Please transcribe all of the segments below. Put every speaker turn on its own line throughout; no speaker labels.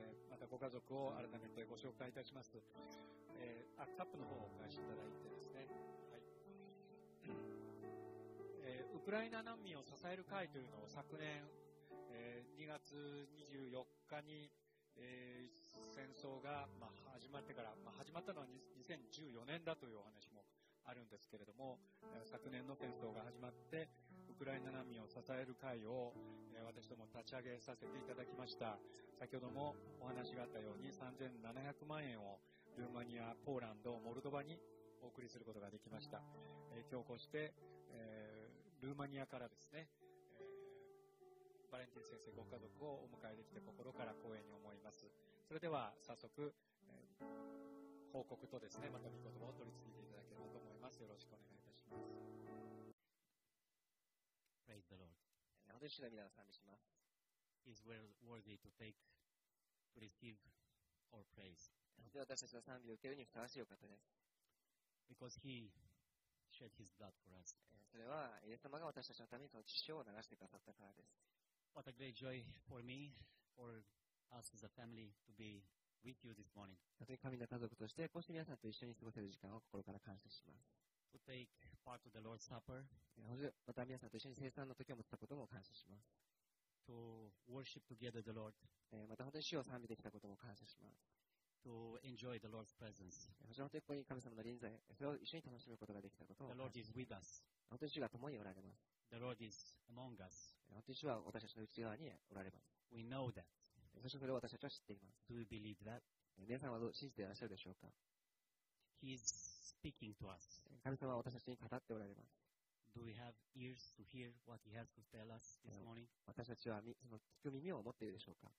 家族を改めてご紹介いたします。えー、アップアップの方をお返しいただいてですね。はい。えーウクライナ難民を支える会というのを昨年、えー2月24日に、えー戦争が、まあ、始まってから、まあ、始まったのは2014年だというお話もあるんですけれども、えー昨年の戦争が始まって、ウクライナ難民を支える会を、えー私ども立ち上げさせていただきました。先ほどもお話があったように3700万円をルーマニア、ポーランド、モルドバにお送りすることができました。えー今日こうして、えールーマニアからですね、えーバレンティン先生ご家族をお迎えできて心から光栄に思います。それでは早速、えー報告とですね、また見言葉を取り次いでいただければと思います。よろしくお願いいたします。
Praise the Lord.
本当に主の皆を賛美します。
He is wor- worthy to take, to receive our praise
本当に私たちの賛美を受けるにふさわしいお方です。
because He shed His blood for us.
えーそれは、イエス様が私たちのためにその血潮を流してくださったからです。
What a great joy for me, for us as a family, to be with you this morning,
本当に神の家族として、こうして皆さんと一緒に過ごせる時間を心から感謝します。
to take part of the Lord's Supper,
えー本当にまた皆さんと一緒に生産の時を持ったことも感謝します。
to worship together the Lord,
えーまた本当に主を賛美できたことも感謝します。
to enjoy the Lord's presence.
えーそして本当にここに神様の臨在、それを一緒に楽しむことができたことも
The
感
Lord
謝
is with us.
本当に主が共におられます。
The Lord is among us.
えー本当に主は私たちの内側におられます。
We know that.
えーそしてそれを私たちは知っています。
Do we believe that?
えー皆さんはどう信じていらっしゃるでしょうか
He is speaking to us.
えー神様は私たちに語っておられます。
Do we have ears to hear what He has to tell us this
Yeah.
morning?
私たちはみその聞く耳を持っているでしょうか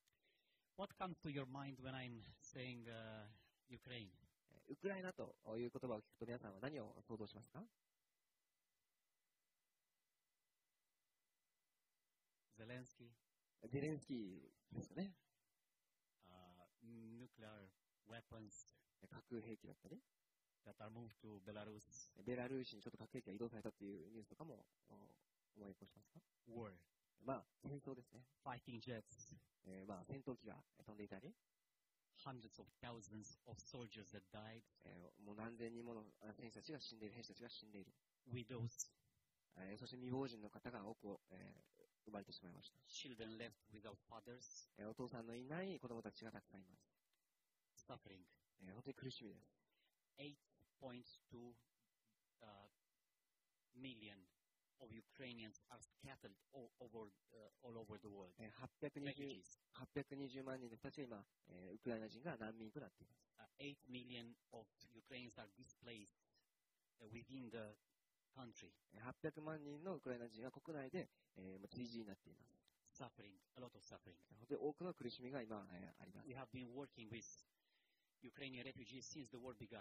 What comes to your mind when I'm saying uh, Ukraine?
えーウクライナという言葉を聞くと皆さんは何を想像しますか
Zelensky,
ゼレンスキーですよね。
uh, nuclear weapons
えー核兵器だったり、
that are moved to Belarus,
えーベラルーシにちょっと核兵器が移動されたというニュースとかもお思い起こしますか
war,
まあ、戦争ですね。
fighting jets,
えーまあ、戦闘機がえー飛んでいたり、
hundreds of thousands of soldiers that died,
えーもう何千人ものあ選手たちが死んでいる、兵士たちが死んでいる、
widows,
えーそして未亡人の方が多く、えー生まれてしまいました、
children left without fathers,
えーお父さんのいない子供たちがたくさんいます。
suffering.
えー本当に苦しみです。
8.2 uh, million of Ukrainians are scattered all over, uh, all over the world.
えー 820,
Refugees.
820万人の人たちが今、えーウクライナ人が難民となっています。
uh, 8 million of Ukrainians are displaced uh, within the country,
えー800万人のウクライナ人が国内で、えーもう追事になっています。
suffering, a lot of suffering.
えー本当に多くの苦しみが今、えーあります。
We have been working with Ukrainian refugees since the war began.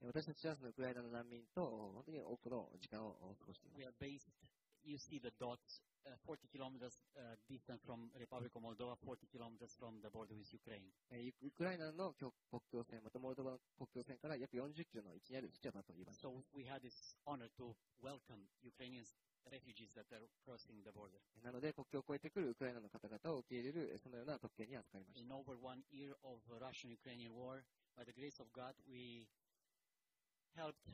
えー私たちはそのウクライナの難民と本当に多くの時間を過ごしています。
We are based, you see the dots, uh, 40 kilometers uh, distant from Republic of Moldova, 40 kilometers from the border with Ukraine.
えーウウクライナの国国境線、またモルドバの国境線から約40キロの位置にあるスチャバという場所
So we had this honor to welcome Ukrainian refugees that are crossing the border.
なので、国境を越えてくるウクライナの方々を受け入れる、えそのような特権に扱いまし
In over one year of Russian-Ukrainian war, by the grace of God, we helped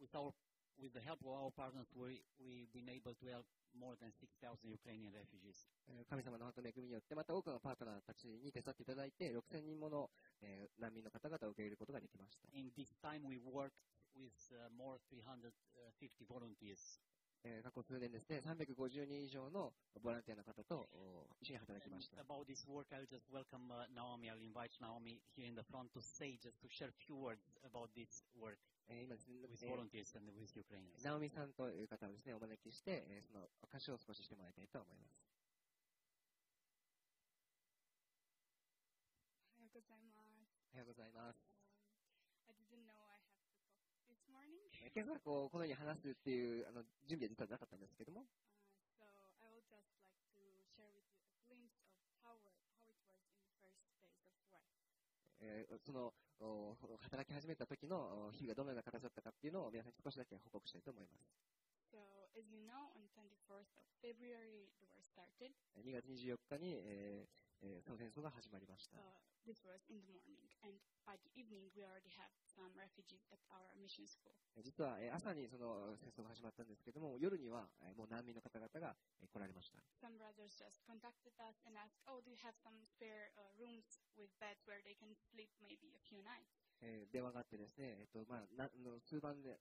with our with the help of our partners, we we've been able to help more than 6,000 Ukrainian refugees.
た。えー神様の本の恵みによって、また多くのパートナーたちに手伝っていただいて、6000人もの、えー難民の方々を受け入れることができました。
In this time, we worked with uh, more 350 volunteers.
えー過去数年ですね、350人以上のボランティアの方とお一緒に働きま
And
した。
about this work, I'll just welcome uh, Naomi. I'll invite Naomi here in the front to say just to share a few words about this work
えー今ですね、
with
え
volunteers and with Ukrainians.
ーナオミさんという方をですね、お招きして、えーその歌詞を少ししてもらいたいと思います。
おはようございます。
おはようございます。
uh, um, I didn't know I have to talk this morning,
えー今朝こう、このように話すっていうあの準備は実はなかったんですけども、
uh, so I will just like to share with you a glimpse of how it, how it was in the first days of work.
えーそのお働き始めた時のお日々がどのような形だったかっていうのを皆さんに少しだけ報告したいと思います。
So as you know, on 24th of February the war started,
えー2月24日に、ええーその戦争が始まりました。
Uh, this was in the morning, and by the evening, we already had some refugees at our mission school.
えー実は、えー朝にその戦争が始まったんですけども、夜には、えーもう難民の方々が、えー来られました。
Some brothers just contacted us and asked, "Oh, do you have some spare uh, rooms with beds where they can sleep maybe a few nights?"
えー電話があってですね、えっとまあ、なの数番で、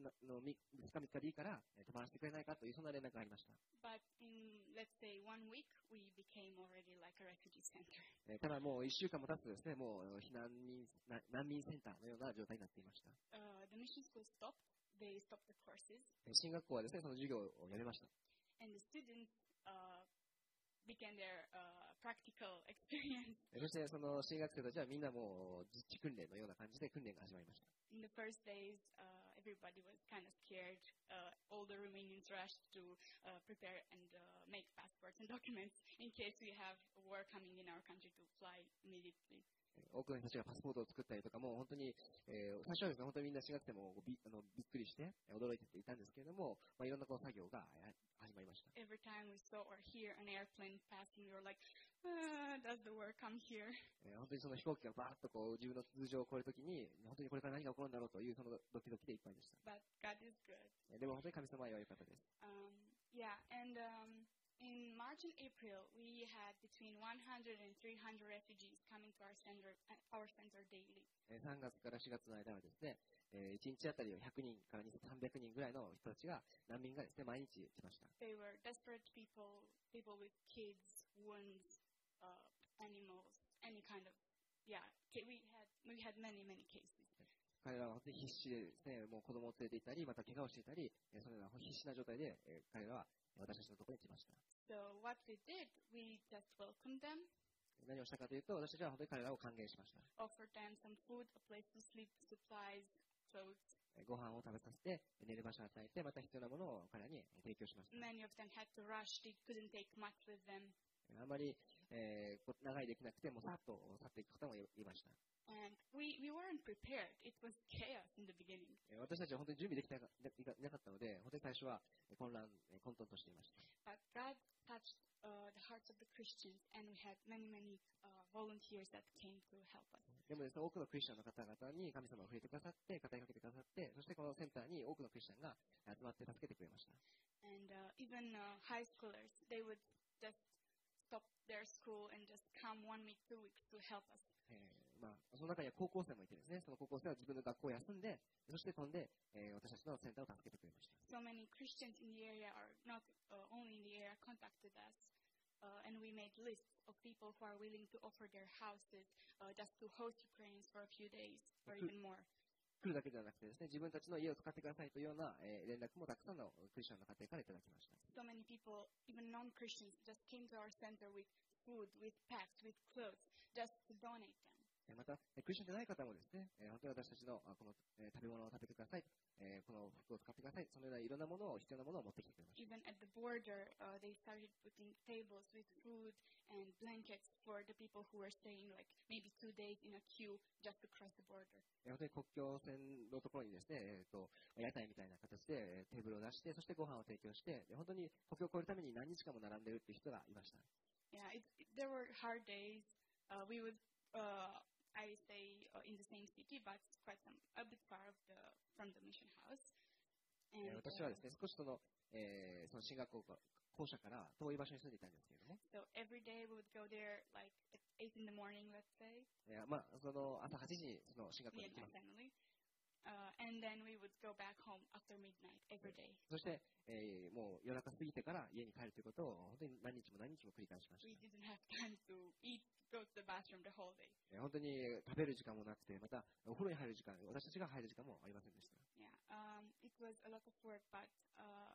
なのみ2日3日でいいから、えー泊まらせてくれないかという、そんな連絡がありました。
But in let's say one week, we became already like a refugee center.
えーただもう1週間も経つとですね、もう避難民な難民センターのような状態になっていました。
Uh, the mission school stopped. They stopped the courses,
えー進学校はですね、その授業をやめました。
and the students uh, began their uh, practical experience.
えーそしてその進学生たちはみんなもう実地訓練のような感じで訓練が始まりました。
In the first days, uh, everybody was kind of scared. Uh, all the Romanians rushed to uh, prepare and uh, make passports and documents in case we have a war coming in our country to fly immediately.
えー多くの人たちがパスポートを作ったりとか、もう本当に、えー最初はですね、本当にみんな進学生もびあのびっくりして、えー驚いていたんですけれども、まあ、いろんなこう作業がえー始まりました。
Every time we saw or hear an airplane passing, we were like, ah, does the war come here?
えー本当にその飛行機がバーッとこう自分の通常を超えるときに、本当にこれから何が起こるんだろうというそのドキドキでいっぱいでした。
But God is good.
えーでも本当に神様は良かったです。
Um, yeah, and um, in March and April, we had between 100 and 300 refugees coming to our center, uh, our center daily.
えー3月から4月の間はですね、え1日あたりを100人から300人ぐらいの人たちが、難民がですね、毎日来ました。
They were desperate people, people with kids, wounds, uh, animals, any kind of. Yeah, ca- we had we had many many cases.
彼らは本当に必死でですね、もう子供を連れていたり、また怪我をしていたり、えーそのような必死な状態で、えー彼らは私たちのところに来ました。
So what we did, we just welcomed them,
何をしたかというと、私たちは本当に彼らを歓迎しました。
offered them some food, a place to sleep, supplies, clothes.
えーご飯を食べさせて、寝る場所を与えて、また必要なものを彼らにえー提供しました。
Many of them had to rush; they couldn't take much with them.
あまり、えーこ長いできなくて、もうさっと去っていく方もいいました。
And we, we weren't prepared. It was chaos in the beginning.
えー私たちは本当に準備できてなかでいかなかったので、本当に最初はえー混乱、えー混沌としていました。
But God touched uh, the hearts of the Christians, and we had many, many uh, volunteers that came to help us.
でもですね、多くのクリスチャンの方々に神様が触れてくださって、語りかけてくださって、そしてこのセンターに多くのクリスチャンが集まって助けてくれました。
And uh, even uh, high schoolers, they would just stop their school and just come one week, two weeks to help us.
えーまあ、その中には高校生もいてですね、その高校生は自分の学校を休んで、そして飛んで、えー私たちのセンターを助けてくれました。
So many Christians in the area, or not uh, only in the area, contacted us. Uh, and we made lists of people who are willing to offer their houses uh, just to host Ukrainians for a few days or
Okay.
even more.
来るだけではなくてですね、自分たちの家を使ってくださいというような、えー連絡もたくさんのクリスチャンの方からいただきました。
so many people, even non-Christians, just came to our center with food, with packs, with clothes, just to donate them.
えーまた、えークリスチャンじゃない方もですね、えー本当に私たちのあこの、えー食べ物を食べてください、えーこの服を使ってください、そのようないろんなものを、必要なものを持ってきてくれました。
Even at the border, uh, they started putting tables with food and blankets for the people who were staying like maybe two days in a queue just to cross the border.
えー本当に国境線のところにですね、えーと屋台みたいな形でえーテーブルを出して、そしてご飯を提供して、で本当に国境を越えるために何日間も並んでるっていう人がいました。
Yeah, it, it- there were hard days. Uh, we would, uh, I stay uh, in the same city, but quite some, a bit far of the, from the mission house.
えー
And,
私は
uh,
ですね、少しその、えーその進学校か校舎から遠い場所に住んでいたんですけれども、
so every day we would go there like at 8 in the morning, let's say.
えーまあ、その朝8時にその進学校
me
に
and
行きます。
my family. Uh, and then we would go back home after midnight every day.
そして、えーもう夜中過ぎてから家に帰るということを本当に何日も何日も繰り返しました
We。didn't have time to eat, go to the bathroom the whole day.
えー本当にえー食べる時間もなくて、またお風呂に入る時間、私たちが入る時間もありませんでした。
Yeah, um, it was a lot of work, but uh,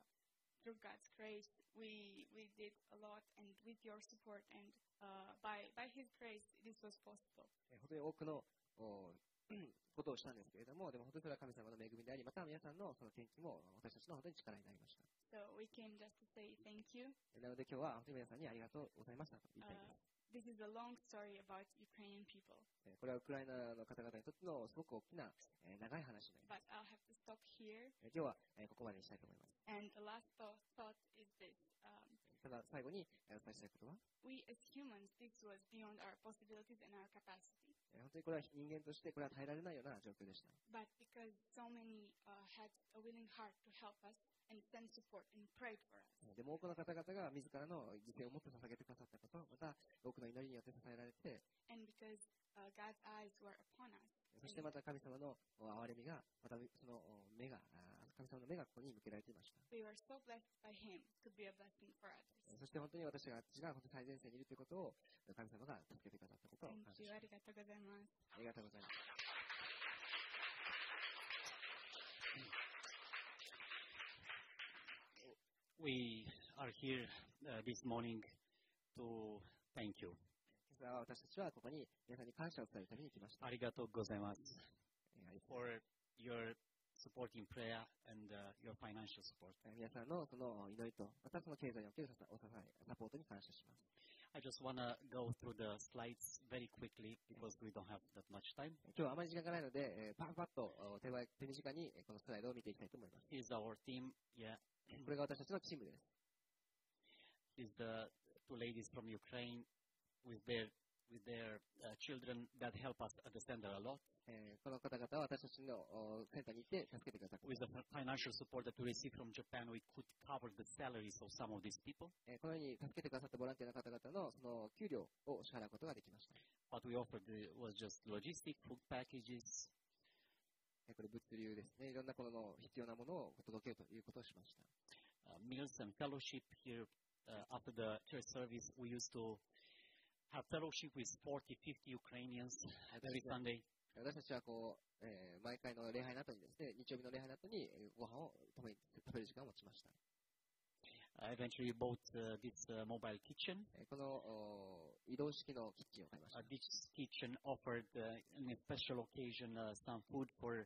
through God's grace, we we did a lot, and with your support and uh, by by His grace, this was possible.
えー本当に多くのお ことをしたんですけれども、でも本当にそれは神様の恵みであり、また皆さんのその研究も私たちの本当に力になりました。
So we came just to say thank you.
えーなので今日は本当に皆さんにありがとうございましたと言いたいです。
This is a long story about Ukrainian people,
えーこれはウクライナの方々にとってのすごく大きな、えー長い話になります。
but I'll have to stop here. future.
え今日は、えーここまでにしたいと思います。
And the last thought, thought is this. Um,
ただ、最後にえーお伝えしたいことは、
we as humans, this was beyond our possibilities and our capacity.
えー本当にこれは人間としてこれは耐えられないような状況でした。
But because so many uh, had a willing heart to help us and send support and prayed for us,
でも多くの方々が自らの犠牲をもって捧げてくださったこと、また多くの祈りによって支えられて、
and because uh, God's eyes were upon us,
そしてまた神様のお憐れみが、またそのお目が、あー神様の目がここに向けられていました。
we were so blessed by Him to be a blessing for others.
えーそして本当に私たちが本当に最前線にいるということを、神様が助けてくださったことを
Thank
感謝し
you.
ます。
ありがとうございます。
ありがとうございます。
We are here uh, this morning to thank you.
今朝は私たちはここに皆さんに感謝を伝えるために来ました。
Arigato gozaimasu
えーありがとうございます
for your support in prayer and uh, your financial support.
えー皆さんのその祈りと、またその経済における支えお支え、サポートに感謝します。
I just want to go through the slides very quickly because we don't have that much time.
今日はあまり時間がないので、えーパッパッとお手早手短にえーこのスライドを見ていきたいと思います。
Here's our team. Yeah,
これが私たちのチームです。
is the two ladies from Ukraine with their with their uh, children that help us understand a lot.
えーこの方々は私たちのおセンターに行って助けてください。
With the fi- financial support that we receive from Japan, we could cover the salaries of some of these people.
えーこのように助けてくださったボランティアの方々のその給料を支払うことができました。
What we offered uh, was just logistic food packages,
えーこれ物流ですね。いろんなこの必要なものを届けるということをしました。
uh, meals and fellowship here uh, after the church service. We used to have fellowship with 40, 50 Ukrainians every Sunday.
私たちはこう、えー毎回の礼拝の後にですね、日曜日の礼拝の後にえーご飯を共に食べる時間を持ちました。
Uh, eventually, we bought uh, this uh, mobile kitchen.
えーこのお移動式のキッチンを買いました
Uh,。this kitchen offered, uh, in a special occasion, uh, some food for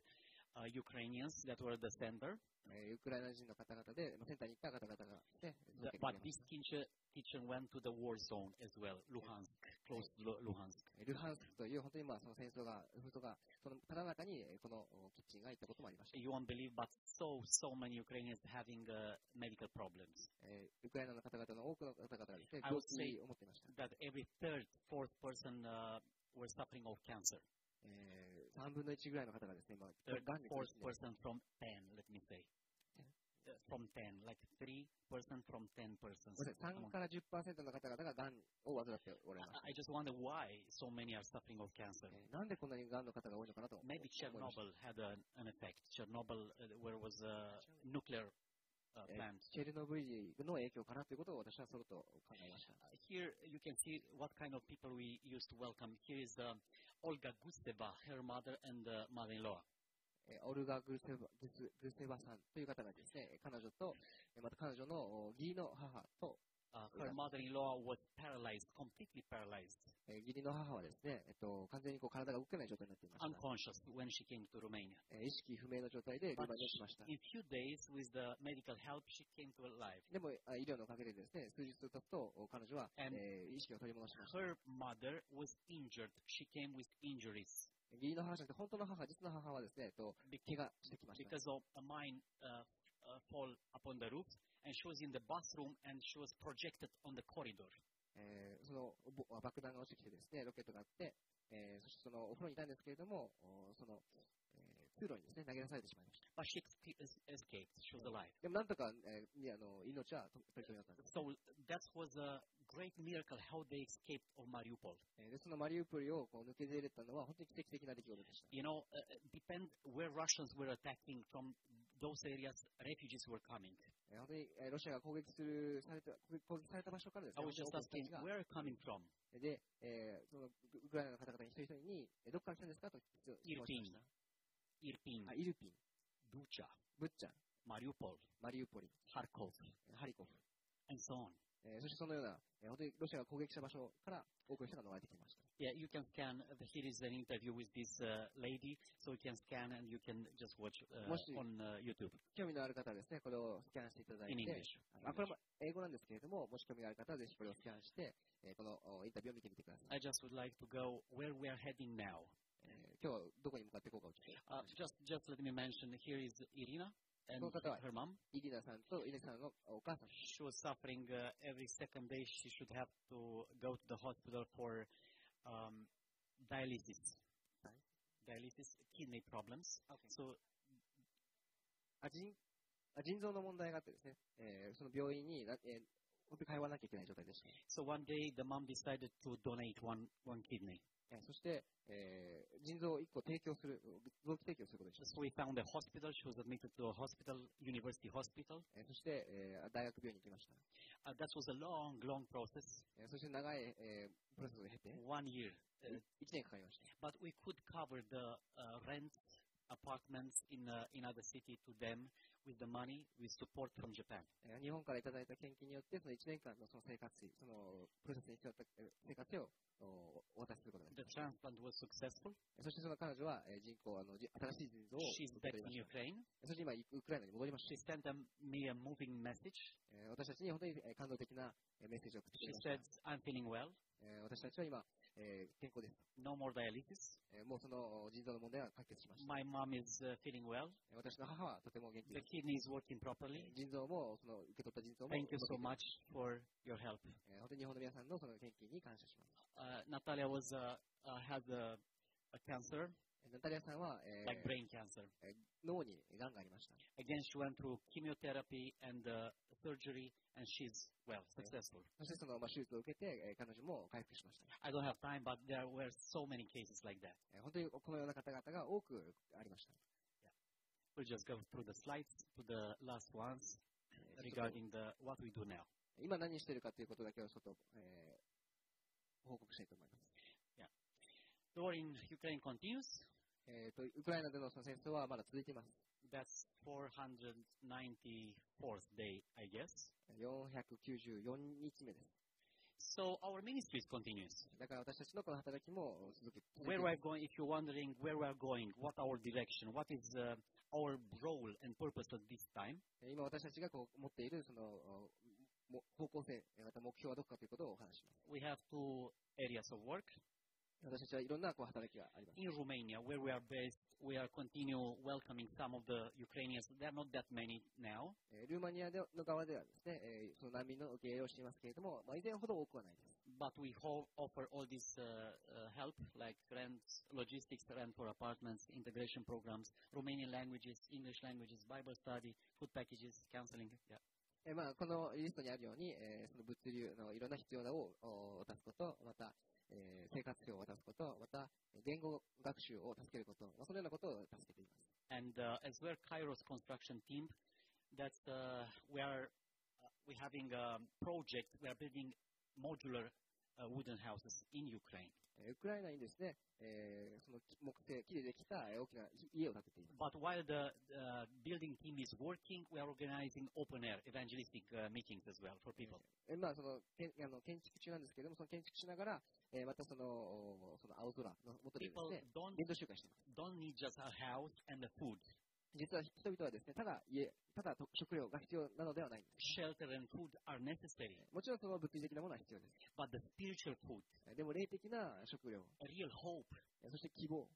uh, Ukrainians that were at the center.
えーウクライナ人の方々で、まあセンターに行った方々が来て、
The-
届けてくれ
but
ま
this
した
kitchen, kitchen went to the war zone as well, Luhansk, close to Lu- Luhansk.
えールハンスクという、本当にまあその戦争が、紛争が、そのただ中にえーこのおキッチンが行ったこともありました。
You won't believe, but so, so many Ukrainians having uh, medical problems.
えーウクライナの方々の多くの方々がですね、
I
病
would
気を持っていました。
That every third, fourth person uh, were suffering of cancer.
え3分の1ぐらいの方がですね、まあ、
Third,
がんに苦
fourth
しんでい
person
ます
from 10, let me say. Uh, from 10, like 3 person from 10 persons.
ごめんなさい
among
3から10%の方々ががんを患っておられます。
I I just wonder why so many are suffering of cancer.
えーなんでこんなにがんの方が多いのかなと思いま
Maybe
した。
Chernobyl had an, an effect. Chernobyl, uh, where was a nuclear uh,
Yeah.
plant.
チェルノブイリの影響かなということを私はそれと考えました。
Uh, Here you can see what kind of people we used to welcome. Here is um, Olga Gusteva, her mother and uh, mother-in-law.
えーオルガ・グセバグスグセバさんという方がですね、えー彼女と、えーまた彼女のお義理の母と、
Uh,
Yeah.
her mother-in-law was paralyzed, completely paralyzed,
えー義理の母はですね、えっと、完全にこう体が動けない状態になっていました。
unconscious when she came to Romania.
えー意識不明の状態でリバウンドしました。
In few days, with the medical help, she came to life.
でも、あ医療のおかげでですね、数日経つと、お彼女は、
And-
えー意識を取り戻しました。
Her mother was injured. She came with injuries
義理の母じゃなくて、本当の母、実の母はですね、えっと、怪我してきました。
because of a mine uh, uh, fall upon the roof, and she was in the bathroom and she was projected on the corridor.
えーそのぼ爆弾が落ちてきてですね、ロケットがあって、えーそしてそのお風呂にいたんですけれども、おその、えー通路にですね、投げ出されてしまいました。
But she esca- es- escaped. She was alive.
でもなんとか、えーいやあの命はと取り留めだったんです。
So that was a great miracle how they escaped of Mariupol.
えーで、そのマリウポリをこう抜け出れたのは本当に奇跡的な出来事でした。
You know, uh, uh, depend where Russians were attacking from those areas, refugees were coming.
えー本当に、えーロシアが攻撃するされた攻撃攻撃された場所からです
I
ね、
was just
本当に
asking,
多くの人たち
where are coming from?
がで、えーそのウウクライナの方々一人一人に、えーどこから来たんですかと質問しまし
Irpin,
た。あイルピン、
Bucha,
ブッチャン、
Mariupol,
マリウポリ、
Kharkov,
えーハリコフ、
and so on.
えーそしてそのような、えー本当にロシアが攻撃した場所から多くの人が逃れてきました。
Yeah, you can scan. uh, Here is an interview with this uh, lady, so you can scan and you can just watch uh,
Mostly-
on uh, YouTube
興味のある方はですね、これをスキャンしていただい
in
て、
English.
あこれも英語なんですけれども、もし興味がある方はぜひこれをスキャンして、えーこのおインタビューを見てみてください。
I just would like to go where we are heading now.
えー今日はどこに向かっていこうかを聞いて
Uh, just, just let me mention here is Irina and
Kolkata.
her mom.
イリナさんとイレさんのお母さん、
She was suffering uh, every second day. She should have to go to the hospital for um, dialysis.
Right.
Dialysis, kidney problems.
Okay.
So
あ腎あ腎臓の問題があってですね、えーその病院にな、えー本当に通わなきゃいけない状態でした。
so one day the mom decided to donate one one kidney.
えーそして、えー腎臓を1個提供する、臓器提供することにしました。
So we found a hospital. She was admitted to a hospital, university hospital.
えーそして、えー大学病院に行きました。
Uh, that was a long, long process,
えーそして長い、えープロセスを経て、
one year. Uh,
1年かかりました。
but we could cover the uh, rent apartments in uh, in other city to them with the money with support from Japan.
えー日本からいただいた献金によって、その1年間のその生活費、そのプロセスに必要だったえー生活費をおお渡しすることができ
The
ました。
transplant was successful.
そしてその彼女は、えー人口あの、じ新しい腎臓を
She's
受け
back
取りま
in
した
Ukraine.
そして今、ウクライナに戻りました
She sent them me a moving message.
えー私たちに本当にえー感動的なえーメッセージを送ってく
She
れまし
said,
た。
"I'm feeling well.
えー私たちは今、えー健康です。
No more dialysis.
えーもうその腎臓の問題は解決しました。
My mom is uh, feeling well.
えー私の母はとても元気
The
です。
kidney is working properly.
腎臓も、その受け取った腎臓も、
Thank you so much for your help."
えー本当に日本の皆さんのその献金に感謝します。
Uh, Natalia was uh, uh, had a, a cancer,
えーナタリアさんは、えー
like brain cancer.
脳にがんがありました。
Again, she went through chemotherapy and uh, surgery, and she's, well, successful.
そしてその、まあ、手術を受けて、えー彼女も回復しました。
I don't have time, but there were so many cases like that.
えー本当にこのような方々が多くありました。
We'll just go through the slides to the last ones
えーちょっと
regarding the what we do now.
今何しているかということだけをちょっと、えー報告したいと思います。
The war in Ukraine continues.
えーとウクライナでのその戦争はまだ続いています。
That's 494th day, I guess.
494日目です。
So our ministries continues.
だから私たちのこの働きも続け続け
Where we're
て
going, if you're wondering where we're going, what our direction, what is uh, our role and purpose at this time,
えー今私たちがこう持っているそのおも方向性、えーまた目標はどこかということをお話しし
we have two areas of work.
ます。私たちはいろんなこう働きがあります。
in Romania, where we are based, we are continue welcoming some of the Ukrainians. There are not that many now,
えールーマニアでの側ではですね、えーその難民の受け入れをしていますけれども、まあ、以前ほど多くはないです。
but we ho- offer all this uh, uh, help, like rent, logistics, rent for apartments, integration programs, Romanian languages, English languages, Bible study, food packages, counseling. Yeah.
えーまあ、このリストにあるように、えーその物流のいろんな必要なをお渡すこと、また、えー生活費を渡すこと、また、言語学習を助けること、まあ、そのようなことを助けています。
And uh, as we're Kairos construction team, that's uh, we are uh, we having a project. We are building modular uh, wooden houses in Ukraine.
えーウクライナにですね、えーその木製、木でできたえー大きな家を建てています。
But while the uh, building team is working, we are organizing open air evangelistic uh, meetings as well for people.
えーまあ、そのけんあの建築中なんですけれども、その建築しながら、えーまたそのおその青空の下でです
People
ね、
don't
伝道集会しています。
don't need just a house and the food.
実は人々はですね、ただ家、ただと食料が必要なのではないんです。
Shelter and food are necessary,
もちろんその物理的なものは必要です。
but the spiritual food,
えーでも霊的な食料、
a real hope,
えーそして希望、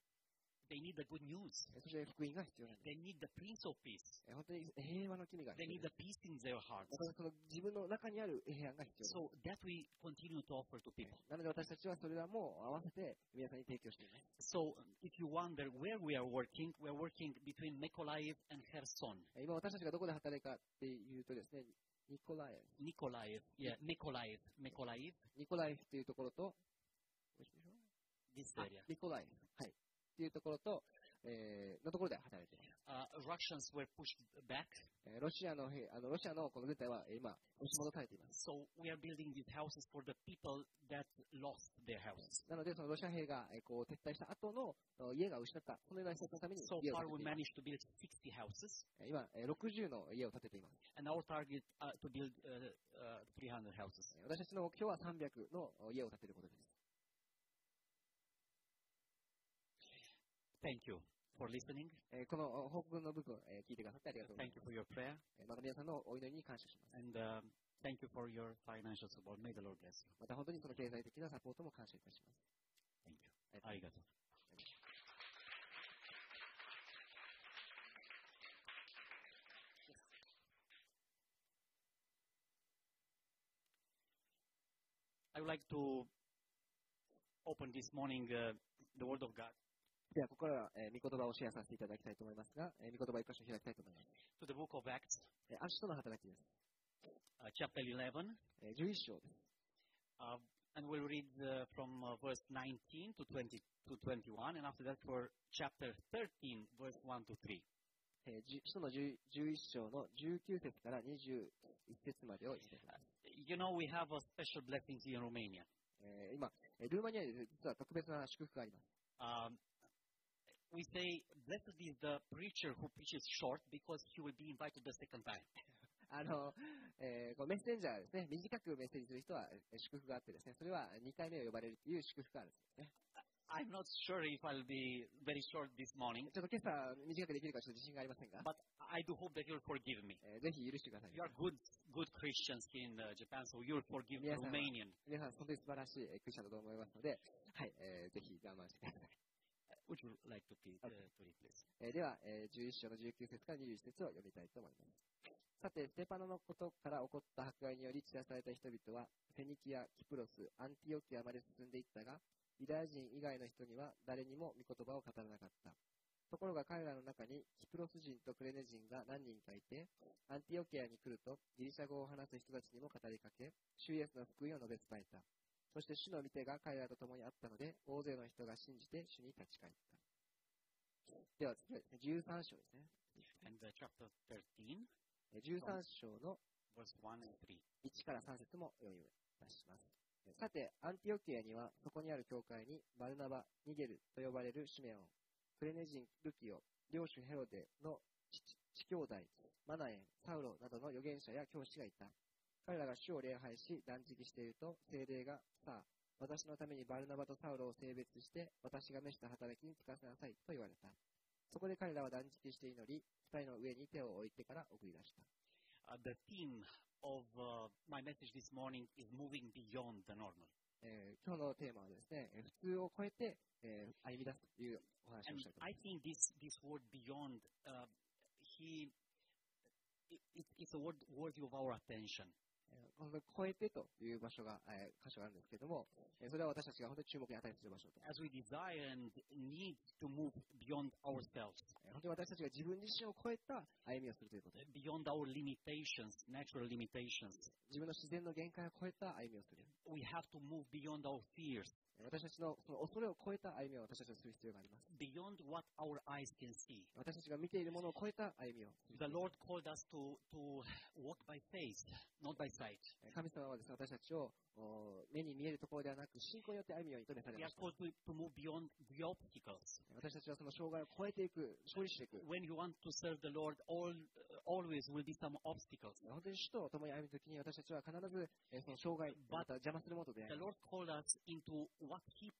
they need the good news.
えーそして福音が必要なんです。
They need the Prince of Peace.
えー本当に平和の君が
They
必
need
要です。
the peace in their hearts.
またその自分の中にある平安が必要です。
So that we continue to offer to
え
people.
ーなので私たちはそれらも合わせて皆さんに提供しています。
So um, if you wonder where we are working, we are working between Mykolaiv and Kherson.
えー今私たちがどこで働いたかっていうとですね、ニコラエフ、
Nikolaiv, yeah, Mykolaiv, Mykolaiv,
ニコラエフっていうところと、
this
あ
area.
ニコラエフ、はい、っていうところと、えーのところで働いています。
uh, Russians were pushed back.
えーロシアの兵、あのロシアのこの軍隊はえー今、押し戻されています。
So we are building these houses for the people that lost their houses.
なので、そのロシア兵が、えーこう撤退した後のあの家が失った、このような施設のために
So
家を
far,
建てて
we
います
managed to build 60 houses,
えー今、えー60の家を建てています。
and our target uh, to build uh, uh, 300 houses.
えー私たちの目標は300の家を建てることです。
Thank you for listening.
えーこのお報告の部分、えー聞いてくださってありがとうござい
Thank
ま
you
す。
for your prayer,
えーまた皆さんのお祈りに感謝します。
and um, thank you for your financial support. May the Lord bless you.
また本当にその経済的なサポートも感謝いたします。
Thank you.
ありがとうございます
Arigato. I would like to open this morning uh, the Word of God
では、ここからは、えー、御言葉をシェアさせていただきたいと思いますが、えー、御言葉を一箇所開きたいと思います。
to the book of Acts,
えー、アクシトの働きです。
uh, chapter 11,
えー、11章です。
uh, and we'll read uh, from uh, verse 19 to 20 to 21, and after that for chapter 13, verse 1 to 3.
えー、じ使徒の10 11章の19節から21節までを一ています。
You know, we have a special blessing here in Romania.
えー今、えールーマニアで実は特別な祝福があります。
Um, we say, blessed is the preacher who preaches short because he will be invited the second time.
あの、えーこのメッセンジャーはですね、短くメッセージする人はえー祝福があってですね、それは2回目を呼ばれるという祝福があるんですね。
I'm not sure if I'll be very short this morning,
ちょっと今朝短くできるかちょっと自信がありませんが、
but I do hope that you'll forgive me.
えーぜひ許してください。
You are good, good Christians in uh, Japan, so you'll forgive the
Yes, I will.
Romanian.
皆さん、本当に素晴らしいえークリスチャンだと思いますので、はい、えーぜひ我慢してください。
Would you like to please, uh, to read, please?
えーでは、えー11章の19節から21節を読みたいと思います。さて、ステパノのことから起こった迫害により散らされた人々は、フェニキア、キプロス、アンティオキアまで進んでいったが、ユダヤ人以外の人には誰にも御言葉を語らなかった。ところが彼らの中にキプロス人とクレネ人が何人かいて、アンティオキアに来るとギリシャ語を話す人たちにも語りかけ、主イエスの福音を述べ伝えた。そして主の御手が彼らと共にあったので、大勢の人が信じて主に立ち返った。では次はですね、13章ですね。
And uh, chapter 13,
えー13章の
verse 1 and 3.
1から3節も読み出します。えーさて、アンティオキアには、そこにある教会に、バルナバ、ニゲルと呼ばれるシメオン、クレネ人ルキオ、領主ヘロデの父父兄弟、マナエン、サウロなどの預言者や教師がいた。彼らが主を礼拝し、断食していると、精霊が、さあ、私のためにバルナバとサウロを性別して、私が召した働きに就かせなさいと言われた。そこで彼らは断食して祈り、二人の上に手を置いてから送り出した。
Uh, the theme of uh, my message this morning is moving beyond the normal.
えー今日のテーマはですね、えー普通を超えて、えー歩み出すというお話
And
をしたいと思い
I think this, this word beyond, uh, he, it, it- it's a word worthy of our attention.
ます。えーこの超えてという場所が、えー箇所があるんですけれども、えーそれは私たちが本当に注目に値する場所と、
As we desire and need to move beyond ourselves,
えー本当に私たちが自分自身を超えた歩みをするということ、
beyond our limitations, natural limitations,
自分の自然の限界を超えた歩みをする、
we have to move beyond our fears,
えー私たちのその恐れを超えた歩みを私たちはする必要があります。
beyond what our eyes can see.
私たちが見ているものを超えた歩みをする
The Lord called us to, to walk by faith, not by sight.
えー神様はですね、私たちをおー目に見えるところではなく、信仰によって歩みを認めされ
We are
ました。
called to, to move beyond the obstacles.
私たちはその障害を超えていく、勝利していく、
When you want to serve the Lord, all, always will be some obstacles.
本当に主と共に歩むときに私たちは必ず、えーその障害、また邪魔するものと出会
The
い
Lord called us into what He,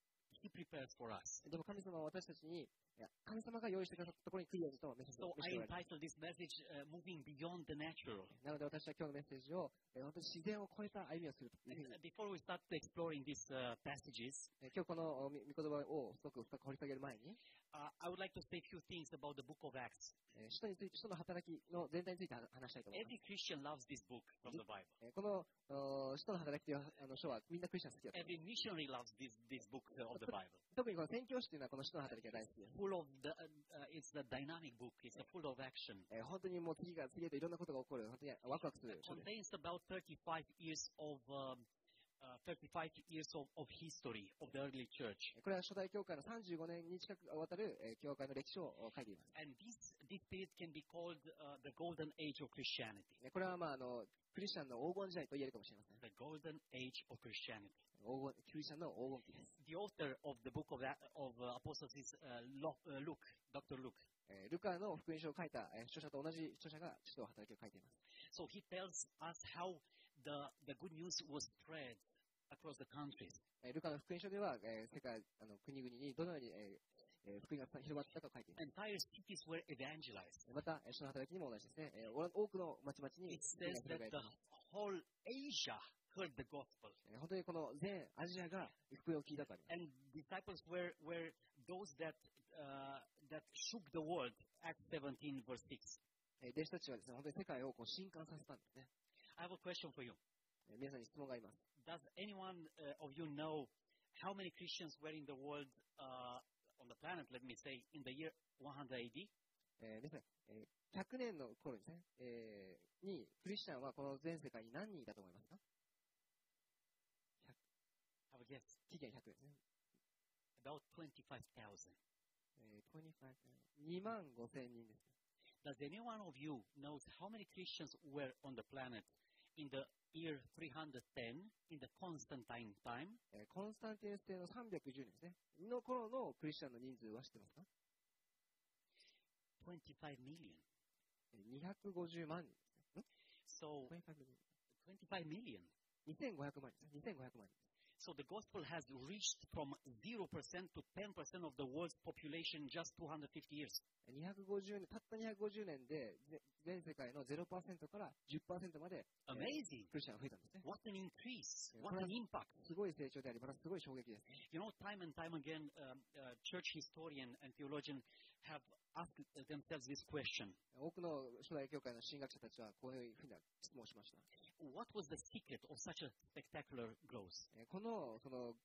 he prepares for us.
でも神様は私たちに、いや神様が用意してくださったところに来るようにとメッセージ
So
を見せ
I
ておられま
entitled
す
this message uh, Moving Beyond the Natural.
なので私は今日のメッセージを、えー本当に自然を超えた歩みをするというふ
And
うに、
uh, before we start exploring these uh, passages,
えー今日このおみ御言葉をすごく深く掘り下げる前に、
uh, I would like to say a few things about the book of Acts.
えー使徒について、使徒の働きの全体について話話したいと思います。
Every Christian loves this book from the Bible.
えーこのお使徒の働きというあの書はみんなクリスチャン好きだと思い
Every missionary loves this, this book uh, of the Bible.
ます。特にこの宣教師というのはこの使徒の働きが大好きです。
Full of the, uh, uh, it's a dynamic book. It's a full of action.
えー本当にもう次から次へといろんなことが起こる、本当にワクワクする書です。
Contains about 35 years of um, uh, 35 years of, of history of the early church.
これは初代教会の35年に近くわたるえー教会の歴史を書いています。
And this this period can be called uh, the golden age of Christianity.
ねこれはまああのクリスチャンの黄金時代と言えるかもしれません。
The golden age of Christianity.
黄金クリスチャンの黄金期です。
The author of the book of A- of uh, Apostles is uh, Lo- uh, Luke, Dr. Luke.
えールカの福音書を書いたえー著者と同じ著者が使徒の働きを書いています。
So he tells us how the the good news was spread across the countries.
えールカの福音書では、えー世界あの国々にどのように、えーえー福音が広まったか書いています。
entire cities were evangelized.
また、えー使徒の働きにも同じですね。えーお多くの町々に
It
福音
says that
が広がり
the whole Asia heard the gospel,
えー本当にこの全アジアが福音を聞いたとあり
and
ます。
disciples were, were those that, uh, that shook the world. Acts 17, verse 6.
えー弟子たちはですね、本当に世界をこう震撼させたんですね。
I have a question for you.
えー皆さんに質問があります。
Does anyone uh, of you know how many Christians were in the world, uh, on the planet, let me say, in the year 100 AD?
えーですね、えー100年の頃にですね、えーに、クリスチャンはこの全世界に何人いたと思いますか
Have a guess.
期限100ですね。
About 25,000.
えー25 2万5000人です。
Does anyone of you knows how many Christians were on the planet in the year 310, in the Constantine time?
えーコンスタンティヌス帝の310年ですね。の頃のクリスチャンの人数は知ってますか
25 million.
えー ?250 万人。
So, 25 million.
2500万人ですね。2500万人。
So the gospel has reached from 0% to 10% of the world's population in just 250 years.
250年、たった250年で、ぜ全世界の0%から10%まで
Amazing.
クリスチャンが増えたんですね。
What an increase.
Yeah,
What
well,
an impact.
すごい成長であり、またすごい衝撃ですね。
You know, time and time again, um, uh, church historian and theologian have asked themselves this question.
多くの初代教会の神学者たちはこういうふうな質問をしました。
What was the secret of such a spectacular growth?
えーこの、その、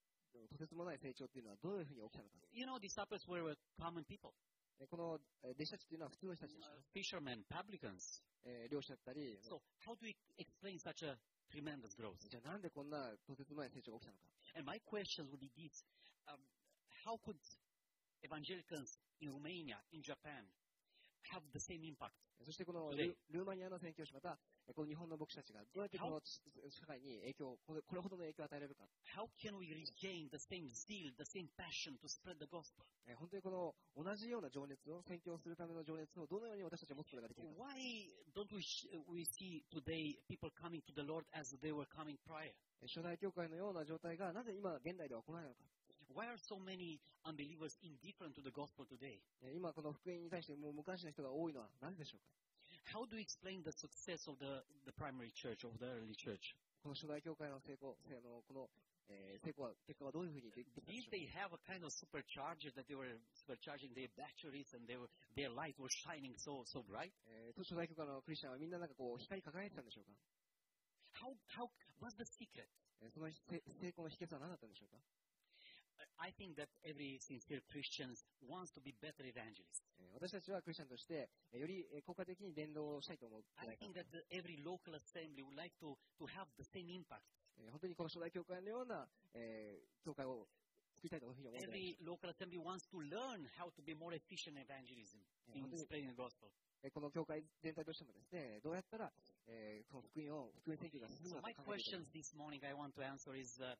とてつもない成長っていうのはどういうふうに起きたのか。
You know, disciples were uh, common people,
えーこの、えー弟子たちっていうのは普通の人たちでし
uh,
た。
fishermen, publicans.
えー漁師だったり、
So how do we explain such a tremendous growth?
じゃあなんでこんなとてつもない成長が起きた
And
のか。
my question would be this: um, How could evangelicals in Romania, in Japan, have the same impact?
えーそしてこの
で
ルルーマニアの宣教師、また、えーこの日本の牧師たちがどうやってこの社会に影響を、これこれほどの影響を与えられるか。
How can we regain the same zeal, the same passion to spread the gospel?
えー本当にこの同じような情熱を、宣教するための情熱をどのように私たちは持つことができるか。
Why don't we sh- we see today people coming to the Lord as they were coming prior?
えー初代教会のような状態がなぜ今現代では起こらないのか。
Why are so many unbelievers indifferent to the gospel today?
えー今この福音に対してもう無関心な人が多いのはなぜでしょうか。
How do we explain the success of the, the primary church, of the early church?
この初代教会の成功、せあのこの、えー成功は、結果はどういうふうにできたでし
Did
ょうか
they have a kind of supercharger that they were supercharging their batteries and they were, their light was shining so so bright?
えー初代教会のクリスチャンはみんななんかこう、光り輝いてたんでしょうか。
How how what's the secret?
えーその成成功の秘訣は何だったんでしょうか。
I I think that every sincere Christian wants to be better evangelist.
えー私たちはクリスチャンとして、えーよりえー効果的に伝道をしたいと思ってな
I
いか
think that the- every local assembly would like to, to have the same impact.
えー本当にこの初代教会のような、えー教会を作りたいというふうに思ってない
Every local assembly wants to learn how to be more efficient evangelism
えー
in
本当に
spreading the gospel.
えーこの教会全体としてもですね、どうやったら、えーこの福音を、福音選挙が進
So
むのか
my
考えていけば
questions this morning I want to answer is uh,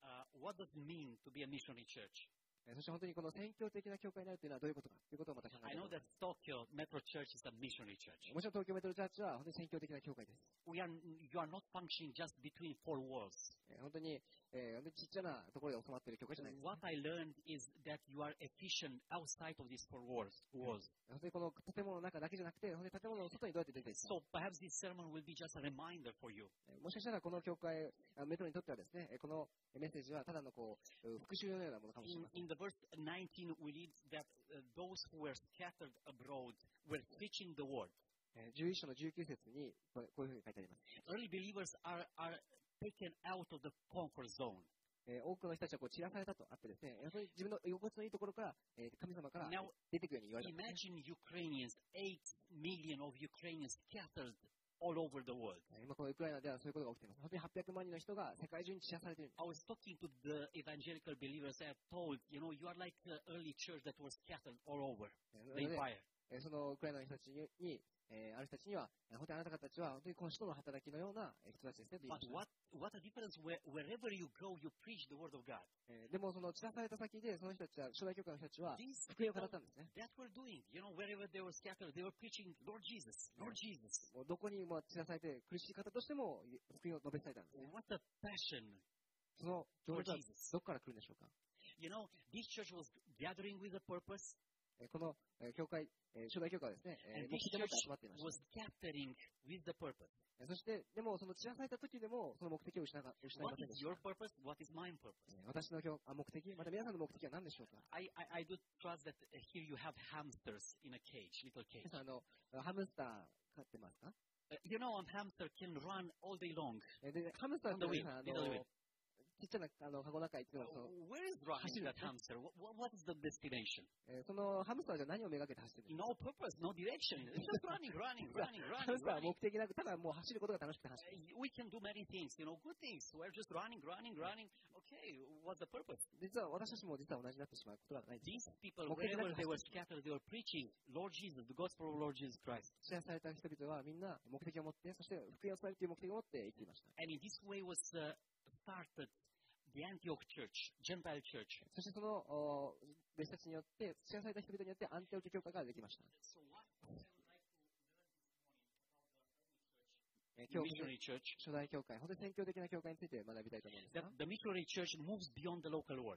uh, what does it mean to be a missionary church?
えーそして本当にこの宣教的な教会になるというのはどういうことかということをまた考え
I
てい
know
きま
that
す。
Tokyo Metro Church is a missionary church.
もちろん東京メトロチャーチは本当に宣教的な教会です。
We are, you are not functioning just between four walls.
えー本当に、えー本当にちっちゃなところで収まっている教会じゃないです。
What I learned is that you are efficient outside of these four walls. walls.
本当にこの建物の中だけじゃなくて、本当に建物の外にどうやって出ていくか。
So perhaps this sermon will be just a reminder for you.
えーもしかしたらこの教会、あメトロにとってはですね、えーこのメッセージはただのこう、う復習のようなものかもしれ
In,
ません。
in the verse 19, we read that uh, those who were scattered abroad were preaching the word.
えー11章の19節にこれこういうふうに書いてあります。
Early believers are, are taken out of the comfort zone.
えー多くの人たちはこう散らされたとあってですね、本当に自分の居心地のいいところから、えー神様から
Now
出てくるように言われたんですね。
imagine Ukrainians, 8 million of Ukrainians scattered all over the world.
えー今このウクライナではそういうことが起きています。本当に800万人の人が世界中に散らされているんです。
I was talking to the evangelical believers. I told, you know, you are like the early church that was scattered all over
えー
the
なので
empire.
えーそのウクライナの人たちに、にえーある人たちには、えー本当にあなた方たちは本当にこの人の働きのようなえー人たちですねと言いま
But
した。
what, what a difference where, wherever you go, you preach the word of God.
えーでもその散らされた先で、その人たちは、初代教会の人たちは、
These
福音を
people
語ったんですね。
that were doing, you know, wherever they were scattered, they were preaching Lord Jesus, Lord Jesus.
もうどこにも散らされて苦しい方としても、い福音を述べ伝えたんですね。
What a passion
その情
for
熱は
Jesus.
どこから来るんでしょうか。
You know, this church was gathering with a purpose,
えーこの、えー教会、えー初代教会はですね、えー
and
目
this
的を持っ
church
て集まっていました
was gathering with the purpose.
えー。そして、でもその散らされた時でも、その目的を失いま失い
What
ませんで
is
した
your purpose? What is my purpose?
えー私の教あ目的、また皆さんの目的は何でしょうか。
I, I, I do trust that uh, here you have hamsters in a cage, little cage.
皆さん、あの、ハムスター飼ってますか
Uh, you know, a hamster can run all day long.
えで、ハムスターってねあ
Little wing, little
の、ちっちゃなあの箱の中いつもそう、
Uh, Where is running that hamster? What, what is the destination?
えーそのハムスターじゃ何をめがけて走ってるの
No purpose, no direction. It's just running, running, running,
ハ
running.
ムスターは
running.
目的なく、ただもう走ることが楽しくて走る。
Uh, We can do many things, you know, good things. We're just running, running, running. Okay, what's the purpose?
実は私たちも実は同じになってしまうことがない。
These people,
Okay,
wherever
let's-
they were scattered, they were preaching Lord Jesus, the gospel of Lord Jesus Christ.
支配された人々はみんな目的を持って、そして福音を伝えるという目的を持って生きていました。
And in this way was uh, started the Antioch church, Gentile church.
そしてそのお弟子たちによって、支配された人々によって安定を教会ができました。
So what I would like to learn
えー
this
今
morning missionary
日
church.
初代教会、本当に宣教的な教会について学びたいと思うんです
The,
が、
the missionary church moves beyond the local work.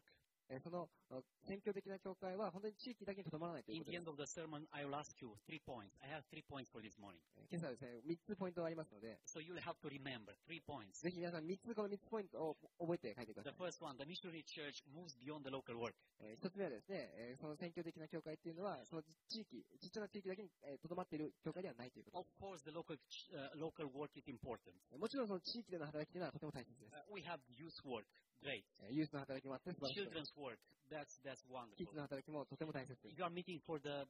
えーそのお宣教的な教会は本当に地域だけにとどまらないという
In
ことで
the
す
end。of the sermon, I will ask you three points. I have three points for this morning.
えー今朝はですね、3つポイントがありますので、
So you'll have to remember three points.
ぜひ皆さん3つ、この3つポイントを覚えて書いてくださ
The
い。
first one, the missionary church moves beyond the local work.
え1つ目はですね、えーその宣教的な教会っていうのは、その地域、ちっちゃな地域だけにえーとどまっている教会ではないということ
Of course, the local, ch- uh, local work is important.
えーもちろんその地域での働きというのはとても大切です
Uh,。we have youth work, great.
えーユースの働きもあって素晴らしいです。
Children's work, that's, that's
キッズ
wonderful.
の働きもとても大切です。
You are meeting for the,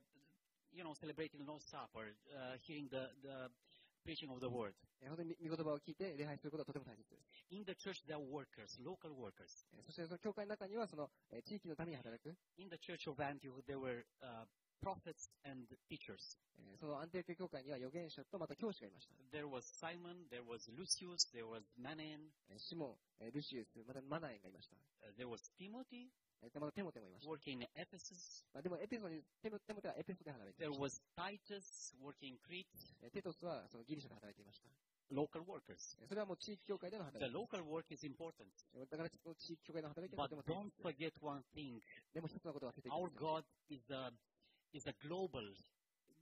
you know, celebrating Lord's Supper, uh, hearing the, the preaching of the word.
えー本当に御言葉を聞いて礼拝することはとても大切です。
In the church, there are workers, local workers.
えーそしてその教会の中にはその、えー地域のために働く、
In the church of Antioch, there were uh, prophets and teachers.
えーその安定教教会には預言者とまた教師がいました。
There was Simon, there was Lucius, there was Manan,
えーシモン、えールシウス、またマナエンがいました。
uh, there was Timothy,
えーまたテモテもいました。
working in Ephesus.
まあ、でもエペソにテモテモテはエペソで働いてい
There
ました。
was Titus working in Crete,
えーテトスはそのギリシャで働いていました。
local workers.
えーそれはもう地域教会での働
The
き。
local work is important.
えーだからその地域教会の働きは
But
とても大
don't
切です。
forget one thing
でも一つのことを忘れてい
our
けない
God is a, is a global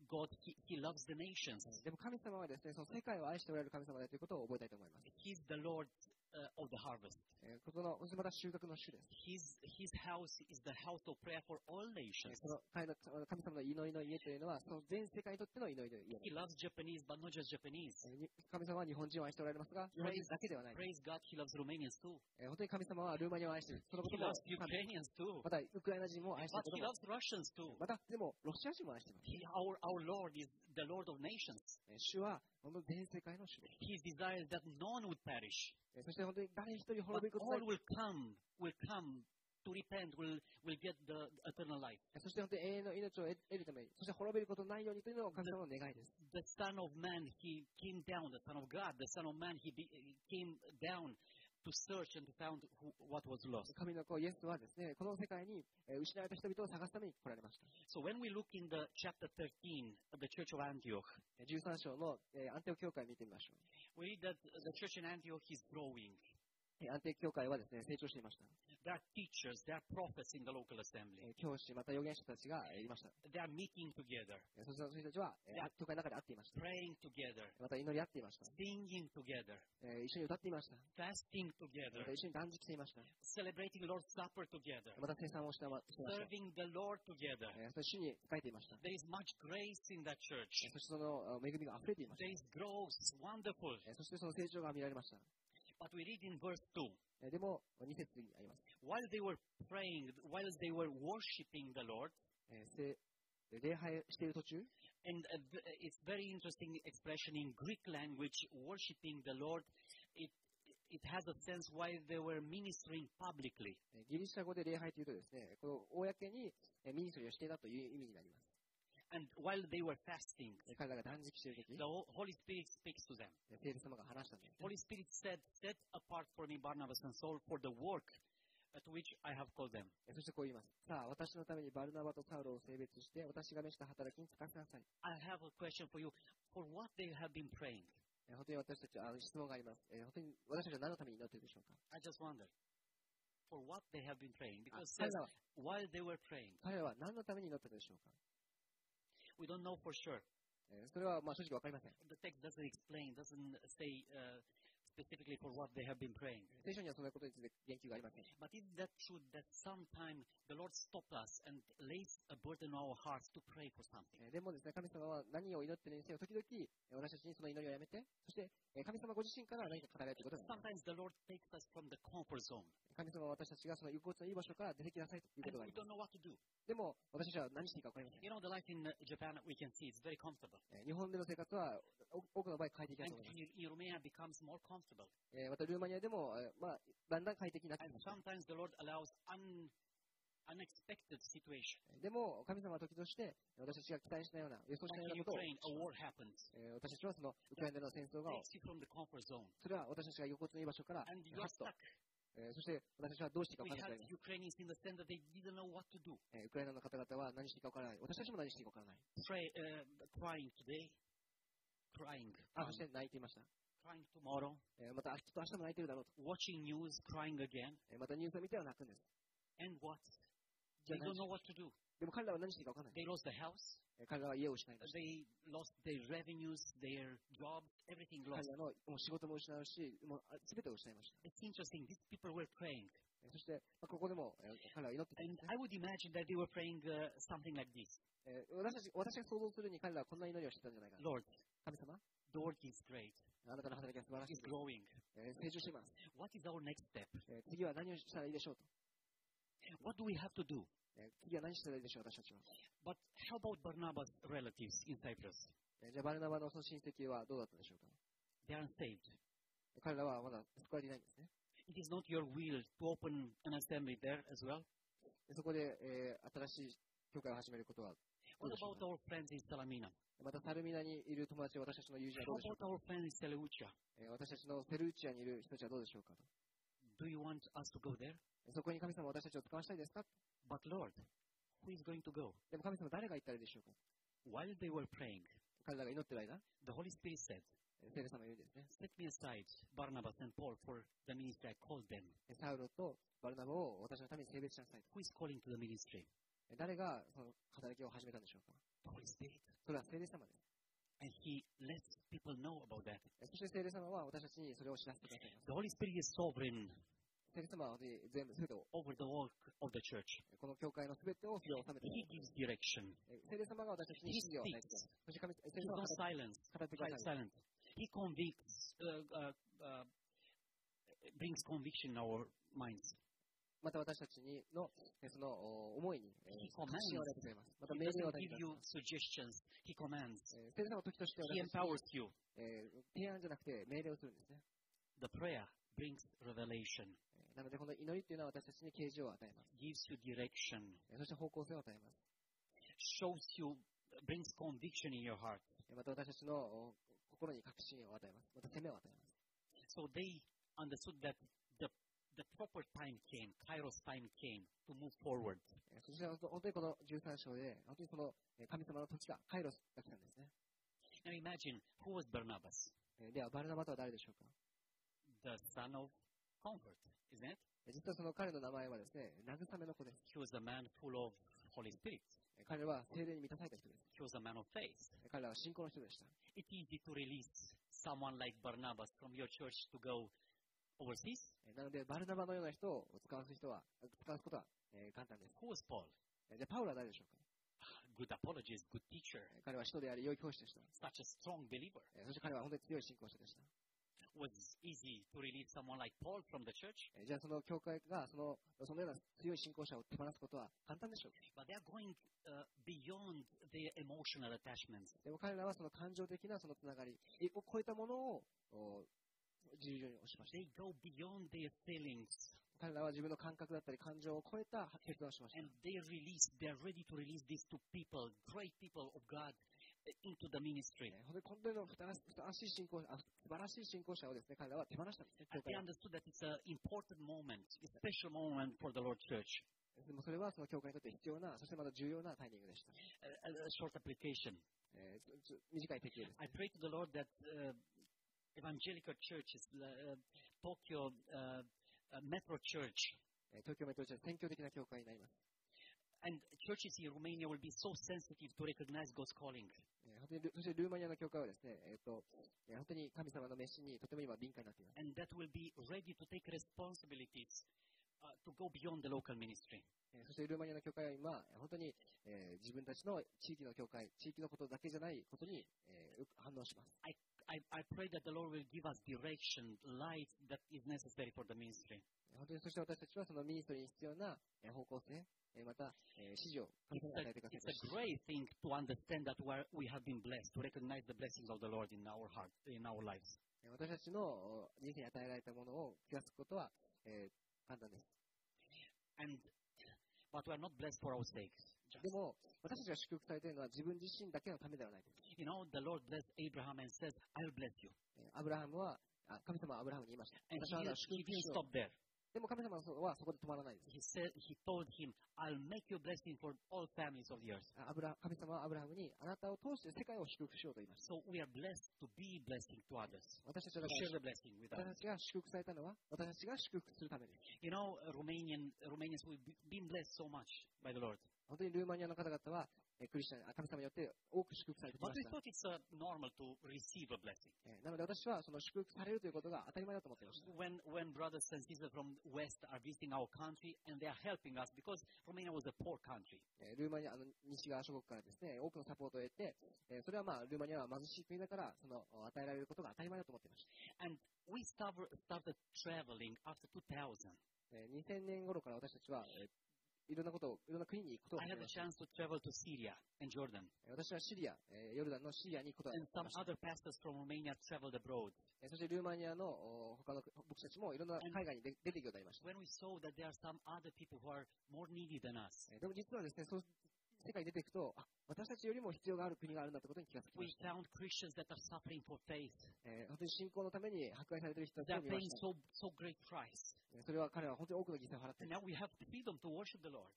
God. He, he loves the nations.
でも神様はですね、その世界を愛しておられる神様だということを覚えたいと思います。
He's the Lord uh, of the harvest.
えー、この、そしてまた収穫の種です。
His, his house is the house of prayer for all
えー
nations.
その神の神様の祈りの家というのは、その全世界にとっての祈りの家
He loves Japanese, but not just Japanese.
えーに神様は日本人を愛しておられますが、日本人だけではない。
Praise God, he loves Romanians too.
えー本当に神様はルーマニアを愛している。そのこ
He
とも
loves、Ukrainians too.
またウクライナ人も愛してい
But
ること
he
も、
loves Russians too.
また、でもロシア人も愛しています。
He, our, our Lord is the Lord of nations.
えー主は本当に全世界の主です
He desires that none would perish.
えーそして本当に誰一人滅
But
びることな
all
く、
will come, will come to repent, will, will get the eternal life.
えーそして本当に永遠の命を得得るために、そして滅びることないようにというのが神様の願いです。
The Son of Man, He came down, the Son of God, the Son of Man, He be, came down to search and to found who, what was lost.
神の子イエスはですね、この世界にえー失われた人々を探すために来られました。
So when we look in the chapter 13 of the Church of Antioch,
えー13章の、えー安定教会を見てみましょ
we read that the church in Antioch is growing.
う。えー安定教会はですね、成長していました。
There are teachers, there are prophets in the local assembly.
えー教師、また預言者たちがえーいました。
They are meeting together,
えーそしてその人たちは、えー
いや
教会の中で会っていました。
praying together,
また祈り合っていました。
singing together,
えー一緒に歌っていました。
fasting
ま
together,
た一緒に断食していました。
celebrating Lord's Supper together,
また生産をしてましてました。
serving the Lord together.
えーそして主に仕えていました。
There is much grace in that church.
えーそしてそのあ恵みが溢れていました。
There is growth, wonderful.
えーそしてその成長が見られました。
But we read in verse 2
えーでも、2節にあります。
while they were praying, while they were worshiping the Lord,
えーせ礼拝している途中、
and uh, th- it's very interesting expression in Greek language, worshiping the Lord, it, it has a sense while they were ministering publicly.
えーギリシャ語で礼拝というとですね、この公にえーミニストリーをしていたという意味になります。
And while they were fasting,
えー彼らが断食している時
the Ho- Holy Spirit speaks to them.
えー聖霊様が話したんです。
Holy Spirit said, Set apart for me Barnabas and Saul for the work at which I have called them.
えーそしてこう言います。さあ、私のためにバルナバとサウロを性別して、私が召した働きに使ってなさい。
I have a question for you. For what they have been praying?
えー本当に私たちはあの質問があります。えー本当に私たちは何のために祈っているでしょうか
I just wonder. For what they have been praying.
あ
Because it says,
彼らは
while they were praying,
彼らは何のために祈ったのでしょうか、
we don't know for sure.
えーそれはまあ正直わかりません。
The text doesn't explain, doesn't say uh, specifically for what they have been praying.
聖書にはそんなことについて言及がありません。
But is that true that sometime the Lord stops us and lays a burden on our hearts to pray for something?
えーでもですね、神様は何を祈ってるにせよ、時々えー私たちにその祈りをやめて、そしてえー神様ご自身から何か語られることになりま
Sometimes
す
the Lord takes us from the comfort zone
神様は私たちがその居心地のいい場所から出てきなさいというこ
and
とがあ
we don't know what to
ります。
do.
でも、私たちは何していいか分かりません。
You know, the life in uh, Japan, we can see it's very comfortable.
えー日本での生活はお多くの場合快適だ
And
と思います。
in, in Romania becomes more comfortable.
えーまたルーマニアでも、えーまあ、だんだん快適になって
And
きました。
sometimes the Lord allows un, unexpected situation.
でも、神様は時として私たちが期待したような、予想した
Like
よう
in
なことを、
Ukraine, a war happens.
えー私たちはそのウクライナの戦争が、
Takes you from the comfort zone.
それは私たちが居心地のいい場所から、
And you
ハ
are
ッと、
stuck.
えーそして私たちはどうしていいか
We
分からな
had
い。
Ukrainians in the sense that they didn't know what to do.
えーウクライナの方々は何していいか分からない。私たちも何していいか分からない。
Pray, uh, crying today, crying,
あ、
um,
そして泣いていました。
crying tomorrow,
えーまた、きっと明日も泣いてるだろうと。
watching news, crying again.
えーまたニュースを見ては泣くんです。
And what?
じゃ
They
あ何
don't
し
know what to do.
でも彼らは何していいか分からない。
They lost the house.
えー彼らは家を失いました。
They lost their revenues, their jobs, everything
彼
lost.
らのもう仕事も失うし、もうあ全てを失いました。
It's interesting. These people were praying.
えーそして、まあここでも、えー彼らは祈ってたん
And
ですね
I would imagine that they were praying uh, something like this
えー私たち私が想像するに彼らはこんな祈りをしてたんじゃないかな。
Lord,
神様、
the work is great.
あなたの働きは素晴らし
It's
い。
growing.
えー成長しています、
What is our next step?
えー次は何をしたらいいでしょうと。
What do we have to do?
えー次は何したらいいでしょう、私たちは。
But how about Barnabas' relatives in Cyprus?
えーじゃあ、バルナバのその親戚はどうだったでしょうか。
They are saved.
彼らはまだ救われていないんですね。
It is not your will to open an assembly there as well.
でそこで、えー新しい教会を始めることはどう
What
でしょう
about
か
our friends in Salamina?
また、サルミナにいる友達、私たちの友人はど
How
うでしょう
about
か、
our friends in Seleucia?
えー私たちのセルーチアにいる人たちはどうでしょうかと
Do you want us to go there?
そこに神様は私たちを使わしたいですか
But Lord, who is going to go?
でも神様誰が言ったらいいでしょうか
While they were praying,
彼らが祈ってる間、
the Holy Spirit said,
えー聖霊様が言うんですね。
Set me aside, Barnabas and Paul, for the ministry I called them.
えーサウロとバルナバを私のために性別しなさいと。
Who is calling to the ministry?
えー誰がその働きを始めたんでしょうか
The Holy Spirit.
それは聖霊様です。
And he lets people know about that.
えーそして聖霊様は私たちにそれを知らせてくださいます。
The Holy Spirit is sovereign
聖霊様は本当に全部、すべてを、
over the work of the church.
えーこの教会のすべてをそれを収めてく
He
ださい
gives direction.
えー聖霊様が私たちに
He
指示を与えて
speaks.
ください。そして神
He's
えー聖霊
not
様は
silent.
語ってくだ
Quite
さい。
silent. He convicts, uh, uh, uh, brings conviction in our minds.
また私たちにの、えーそのお思いに、えー
He
確信
commands.
を与えてくれます。また
He
命令
doesn't
を与えて
give
くれま
you suggestions. He commands.
す。えー聖霊様は時として
He
私たちに
empowers you.
えー提案じゃなくて命令をするんですね。
The prayer brings revelation,
えーなので、この祈りというのは私たちに啓示を与えます。
gives you direction,
えーそして方向性を与えます。
shows you, brings conviction in your heart.
えーまた私たちのお心に確信を与えます。また攻めを与えます。
So they understood that the, the proper time came, Kairos time came to move forward.
えーそして本当本当にこの13章で、本当にそのえー神様の時がカイロスが来たんですね。
Now imagine who was Barnabas,
えーでは、バルナバとは誰でしょうか
the son of comfort, isn't it?
えー実はその彼の名前はですね、慰めの子です。
He was a man full of Holy Spirit.
えー彼は精霊に満たされた人です。
He was a man of faith.
えー彼らは信仰の人でした。
It's easy to release someone like Barnabas from your church to go overseas.
えーなので、バルナバのような人を使わす人は、使わすことは、えー簡単です。
Who was Paul?
えーじゃあ、パウロは誰でしょうか
Good apologist, good teacher,
えー彼は人であり、良い教師でした。
such a strong believer.
えーそして彼は本当に強い信仰者でした。
Was easy to release someone like Paul from the church,
えーじゃあその教会がそのそのような強い信仰者を手放すことは簡単でしょうか
but they are going uh, beyond their emotional attachments.
でも彼らはその感情的なそのつながりを超えたものをお従順に押しました。
They go beyond their feelings
彼らは自分の感覚だったり感情を超えた決断をしました
and。they release, they are ready to release this to people, great people of God, uh, into the ministry.
えー本当に本当にふたわしい信仰者あ素晴らしい信仰者をですね彼らは手放したんですね、教
And
会
they
は
understood that it's an important moment, a special moment for the Lord Church.
でもそれはその教会にとって必要な、そしてまた重要なタイミングでした。
A, a, a short application.
えーちょちょ短い適用です。
I pray to the Lord that uh, evangelical churches, uh, Tokyo uh, uh, Metro Church,
えー東京メトロ地区は宣教的な教会になります。
and churches in Romania will be so sensitive to recognize God's calling.
えー本当にルそしてルーマニアの教会はですね、えーとえー本当に神様の召しにとても今敏感になっています。
and that will be ready to take responsibilities uh, to go beyond the local ministry.
えーそしてルーマニアの教会は今、えー本当に、えー自分たちの地域の教会、地域のことだけじゃないことに、えーよく反応します。
I, I pray that the Lord will give us direction, light that is necessary for the ministry.
えー本当にそして私たちはそのミニストリーに必要なえー方向性、えーまた、えー指示を神
It's
様
a,
に与えてください
it's a great thing to understand that we're, we have been blessed, to recognize the blessings of the Lord in our heart, in our lives.
えー私たちのお人生に与えられたものを気がつくことは、えー簡単です。
And but we are not blessed for our sake.
でも、私たちが祝福されているのは自分自身だけのためではないです。
You know, the Lord blessed Abraham and says, "I'll bless you."
えーアブラハムは、あ神様はアブラハムに言いました。
And he
私はあなたを
didn't, he
祝福し
didn't
よ
stop there.
う。でも神様はそこで止まらないです。
He said, he told him, "I'll make you a blessing for all families of the earth."
アブラ神様はアブラハムにあなたを通して世界を祝福しようと言いました。
So we are blessed to be blessing to others.
私たち
to
はだから
share the blessing with others.
私たちが祝福されたのは私たちが祝福するためです。
You know, uh, Romanian Romanians we've be- been blessed so much by the Lord,
本当にルーマニアの方々はえークリスチャン、あ神様によって多く祝福されてきま
but
し
we
た。
thought it's uh, normal to receive a blessing.
えーなので私はその祝福されるということが当たり前だと思っていました。
When when brothers and sisters from West are visiting our country and they are helping us because Romania was a poor country,
えールーマニア、あの西側諸国からですね、多くのサポートを得て、えーそれはまあ、ルーマニアは貧しい国だから、その与えられることが当たり前だと思っていました。
and we started started traveling after 2000.
えー2000年頃から私たちは、えーいろんなことを、いろんな国に行くことを
I
始め
had
ま
a
した。
chance to travel to Syria and Jordan,
えー私はシリア、えーヨルダンのシリアに行くことが
and some
ありました。
other pastors from Romania traveled abroad.
えーそしてルーマニアのお他の僕たちもいろんな海外に出出ていくようになりました。
When we saw that there are some other people who are more needy than us,
えーでも実はですね、そう世界に出ていくと、あ私たちよりも必要がある国があるんだということに気がつきま
we
した。
found Christians that are suffering for faith.
えー本当に信仰のために迫害されている人たち
They are
を見ま
paying
した。
so so great price.
えーそれは彼は本当に多くの犠牲を払ってい
And
る。
now we have freedom to worship the Lord.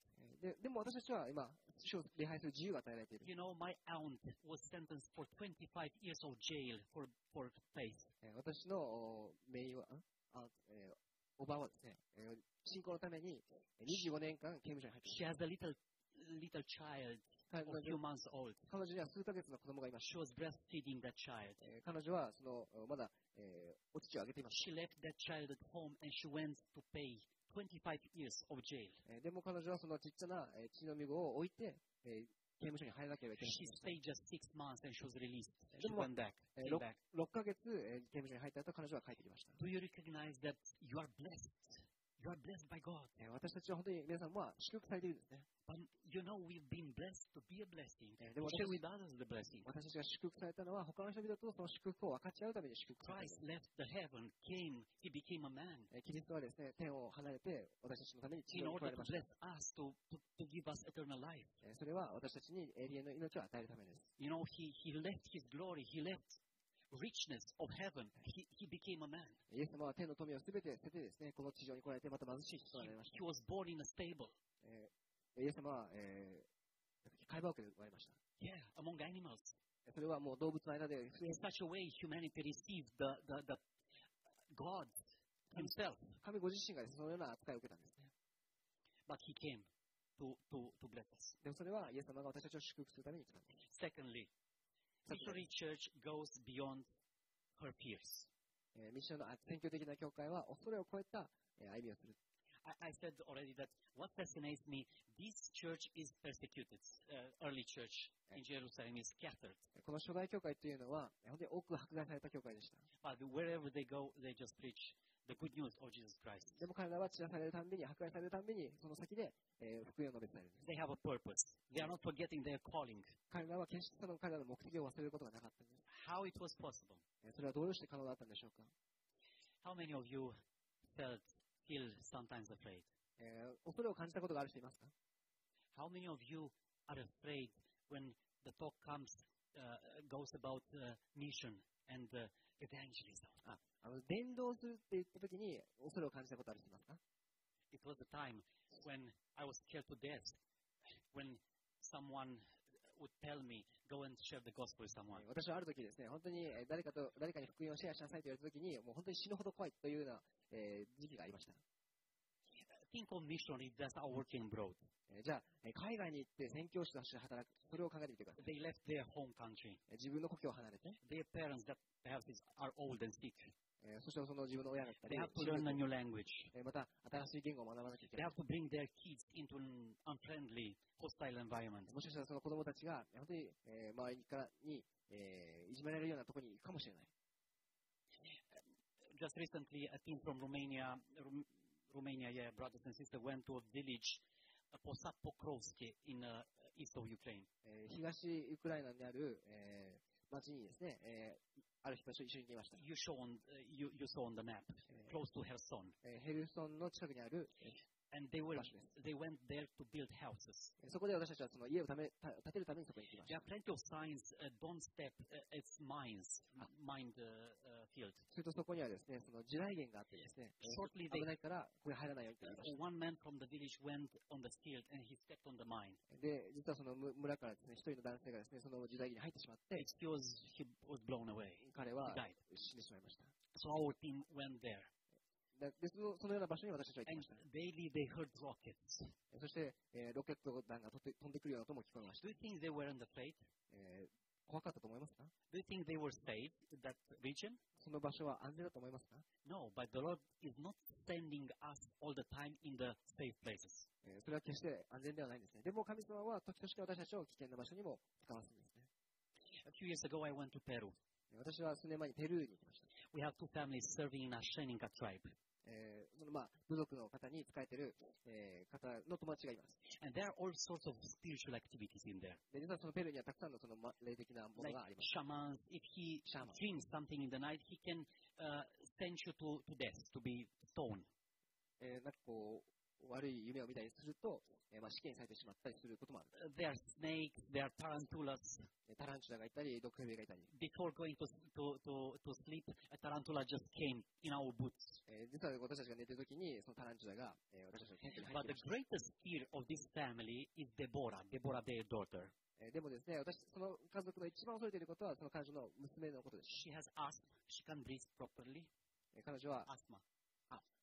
えーででも私たちは今、主を礼拝する自由が与えられている。
You know, my aunt was sentenced for 25 years of jail for, for faith.
えー私のお名誉は、んあえーおばはですね、えー信仰のためにえー25年間刑務所に入っています
She has a little little child
彼
of few
女
months old.
彼女には数ヶ月の子供がいます。
She was breastfeeding that child.
えー彼女はそのおまだ、えーお乳をあげています。
She left that child at home and she went to pay 25 years of jail.
えーでも彼女はそのちっちゃなえー血のみごを置いて、えー刑務所に入らなければいけない
She stayed just six months and she was released. She
Good
went back.
えー
Came
ろ
back.
6ヶ月、えー刑務所に入った後、彼女は帰ってきました。
Do you recognize that you are blessed? You are blessed by God.
えー私たちは本当に皆さんは祝福されているんですね。
But you know, we've been blessed to be a blessing. to
Yeah, there was
share
this-
with others the blessing.
私たちが祝福されたのは、他の人々とその祝福を分かち合うために祝福されたんで
Christ left
す。
the heaven, came, he became a man
えーキリストはですね、天を離れて、私たちのために地
in
上に来
order
ら
to
れまし
bless us,
た。
to, to, to give us eternal life.
えーそれは私たちに永遠の命を与えるためです。
You know, he, he left his glory, he left richness of heaven, he, he became a man.
イエス様は天の富をすべて捨ててですね、この地上に来られて、また貧しい人と
He,
なりました
he。was born in a stable,
えーイエス様は、えー、会話を受けて生まれました。
yeah, among animals.
それはもう動物の間で普通
In
に
such a way, humanity received the, the, the God himself,
神ご自身がそのような扱いを受けたんですね。
but he came to, to, to bless us.
でもそれはイエス様が私たちを祝福するために来たんです。
Secondly, Missionary Church goes beyond her peers.
えー、ミッションのあ宣教的な教会は恐れを超えたえー歩みをする。
I, I said already that what fascinates me, this church is persecuted. Uh, early church in Jerusalem is scattered.
この初代教会というのは、えー本当に多く迫害された教会でした。
But wherever they go, they just preach the good news of Jesus Christ.
でも彼らは散らされるたんびに、迫害されるたんびに、その先で、えー福音を述べ伝えるんです。
They have a purpose. They are not forgetting their calling.
彼らは決してその彼らの目的を忘れることがなかったんです。
How it was possible?
えーそれはどうして可能だったんでしょうか、
How many of you felt feel sometimes afraid?
えー恐れを感じたことがある人いますか
How many of you are afraid when the talk comes uh, goes about uh, mission and uh, evangelism? Ah,
あの伝道するって言った時に恐れを感じたことある人いますか
it was a time when I was scared to death when someone would tell me, go and share the gospel with
え
someone.
ー私はある時ですね、本当にえー誰かと誰かに福音をシェアしなさいと言われた時に、もう本当に死ぬほど怖いというような、えー時期がありました。
think of missionary that are working abroad.
えーじゃあ、えー海外に行って宣教師として働く、それを考えてみてください。
They left their home country.
えー自分の故郷を離れて、
Their parents that perhaps is, are old and sick.
えーそしてその自分の親が来た
They
り、
have to
自分
learn
の
a new language.
えーまた新しい言語を学ばなきゃいけ
They
ない。
have to bring their kids into an unfriendly, hostile environment.
もしかしたらその子供たちが、本当に、えー周りからに、えーいじめられるようなところに行くかもしれない。
Just recently, a team from Romania, Rum- Romania, yeah, brothers and sisters, went to a village, uh, Posapokrovsky, in uh, east of Ukraine.
えー東ウクライナにある、えー町にですね、えーある人たちと一緒に行きました。
You, show on, uh, you, you saw on the map,
えー
close to Kherson.
えーヘルソンの近くにある、え
And they, were,
Russian.
they went there to build houses.
ーそこで私たちはその家をためた建てるためにそこに行きまし
There。
た
are plenty of signs, uh, don't step, uh, it's mines, m- mine uh, uh, field.
するとそこにはですね、その地雷原があってですね、えー
Shortly,
危
they,
ないからここに入らないようにと言いまし
uh, one man from the village went on the field and he stepped on the mine.
た。で、実はそのむ村からですね、一人の男性がですね、その地雷原に入ってしまって、
It was, he was blown away. He
彼は
died.
死んでしまいました。
So our team went there.
だでそのそのような場所に私たちは
And
行きました。
daily they heard rockets.
そして、えーロケット弾が飛って飛んでくるような音も聞こえました。
Do you think they were in the trade?
えー怖かったと思いますか
Do you think they were safe in that region?
その場所は安全だと思いますか、
No, but the Lord is not sending us all the time in the safe places.
えーそれは決して安全ではないんですね。でも神様は時として私たちを危険な場所にも使わすんですね。
A few years ago, I went to Peru.
えー私は数年前にペルーに行きました。
We have two families serving in a Sheninka tribe.
えーそのまあ部族の方に仕えてる、えー方の友達がいます。
And there are all sorts of spiritual activities in there.
で実はそのペルーにはたくさんのそのま霊的なもの
Like
があります。
shamans, if he
Shaman.
dreams something in the night, he can uh, send you to, to death, to be stoned.
えーなんかこう悪い夢を見たりすると、えーまあ、試験されてしまったりすることもある。
Uh, there are snakes, there are tarantulas,
えータランチュラがいたり、毒蛇がいたり、
before going to, to, to, to sleep, a tarantula just came in our boots.
えー実は私たちが寝てるときに、そのタランチュラが、えー私たちのテントに入っ
But
てきま
the
し
greatest
た。
fear of this family is Deborah, Deborah, their daughter.
えーでもですね、私、その家族の一番恐れていることは、その彼女の娘のことです。
She has asthma. She can't breathe properly.
えー彼女は、
Asthma.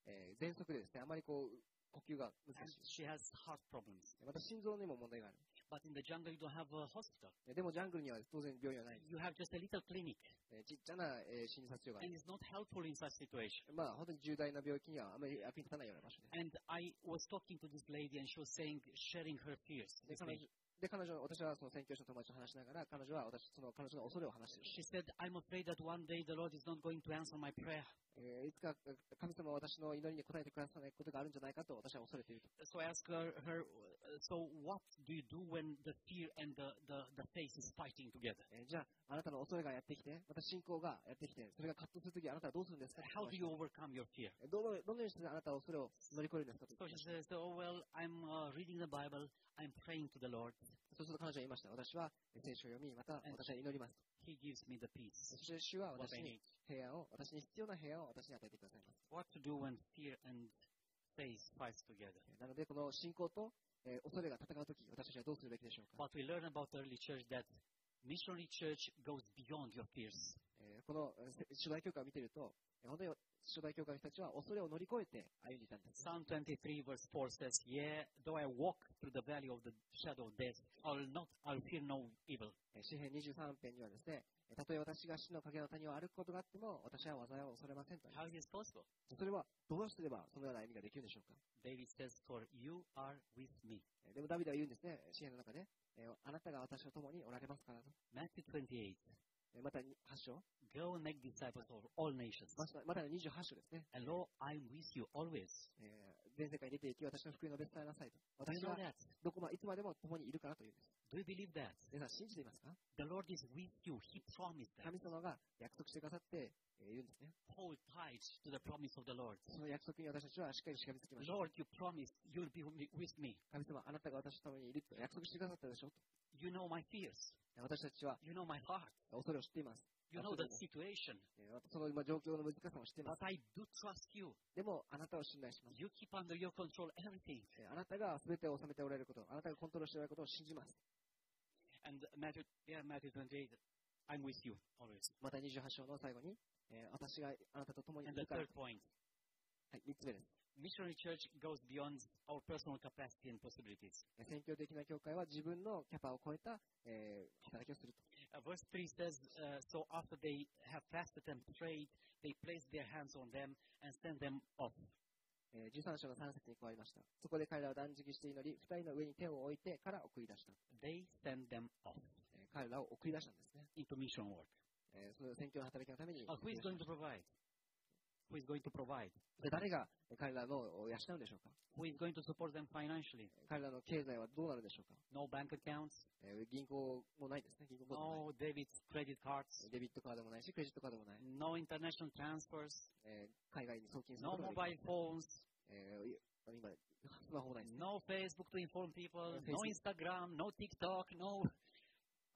えー、喘息でですね、あまりこう、呼吸が
And
難しい。
she has heart problems.
また心臓にも問題がある。
But in the jungle, you don't have a hospital.
えーでもジャングルには当然病院はない。
You have just a little clinic.
えーちっちゃな、えー診察所があ
And
る。
it's not helpful in such situation.
まあ、本当に重大な病気にはあまり役に立たないような場所です。
And I was talking to this lady, and she was saying, sharing her fears
で、
with
彼
me.
女、で彼女私はその宣教師の友達と話しながら、彼女は私、その彼女の恐れを話してい
She said,
る。
I'm afraid that one day the Lord is not going to answer my prayer.
えーいつかえー神様は私の祈りに応えてくださらないことがあるんじゃないかと私は恐れていると。
so I asked her, her uh, so what do you do when the fear and the, the, the faith is fighting together?
えーじゃあ、あなたの恐れがやってきて、また信仰がやってきて、それが葛藤するとき、あなたはどうするんですか
How do you overcome your fear?
えーどのどのようにしてあなたはそれを乗り越えるんですかと
So she says, oh, well, I'm uh, reading the Bible, I'm praying to the Lord,
そうすると彼女は言いました。私はえー聖書を読み、また
え
私は祈ります。
He gives me the peace.
そして主は
What
私
I need.
に平安を、私に必要な平安を私に与えてくださいます。
What to do when fear and faith fights together?
えーなので、この信仰と、えー恐れが戦うとき、私たちはどうするべきでしょうか
What we learn about early church that missionary church goes beyond your fears.
えーこのえーせ初代教会を見ていると、えー本当に初代教会の人たちは恐れを乗り越えて歩んでいたんです。
Psalm 23 verse 4 says, Yeah, though I walk through the valley of the shadow of death, I'll not, I'll fear no evil.
えー詩編23編にはですね、えーたとえ私が死の影の谷を歩くことがあっても、私は災いを恐れませんとありま
How is this possible?
す。それはどうすればそのような意味ができるんでしょうか。
David says, For you are with me.
えーでもダビデは言うんですね、詩編の中で、えーあなたが私と共におられますからと。
Matthew 28.
えーまたに8章、
Go and make disciples of all nations.
またまた28章ですね、
And lo, I'm with you always.
えー全世界に出て行き、私の福音を述べ伝えなさいと。
Do
私
you know
は
that?
どこまいつまでも共にいるからというんです。
Do you believe that?
皆さん信じていますか
The Lord is with you. He promised that.
神様が約束してくださって、えーいるんですね。
Hold tight to the promise of the Lord.
その約束に私たちはしっかりしがみつきましょ
Lord,
う。
you promised you'll be with me- with me.
神様、あなたが私のためにいると約束してくださったでしょと。
You know my fears.
私たちは
You know my heart.
恐れを知っています。
You know the
Absolutely.
situation.
えーそのまあ状況の難しさも知っていま
But
す。
I do trust you.
でも、あなたを信頼します。
You keep under your control everything.
えーあなたが全てを収めておられること、あなたがコントロールしておられることを信じます。
And Matthew, yeah, Matthew 28. I'm with you always.
また28章の最後に、えー私があなたと共にい
And the
るから。は
third point.
い、3つ目です。
missionary church goes beyond our personal capacity and possibilities.
え宣教的な教会は自分のキャパを超えた、えー働きをすると。
Uh, verse 3 says, uh, So after they have fasted and prayed, they placed their hands on them and sent them off.
えー13章の3節に加わりました。そこで彼らは断食して祈り、2人の上に手を置いてから送り出した。
They sent them off
えー彼らを送り出したんですね。
into mission work.
えーその宣教の働きのために
Uh, who is going to provide? Who is going to provide?
で誰が彼らのを養うんでしょうか
Who is going to support them financially?
彼らの経済はどうなるでしょうか、
No bank accounts,
えー銀行もないですね。銀行も
no
な
debit credit cards,
い。デビットカードもないし、クレジットカードもない。
no international transfers,
えー海外に送金する
no
こともできない
mobile phones,
えーい今、スマホもないですね。
no Facebook to inform people,
Uh,
no
Facebook.
Instagram, no TikTok, no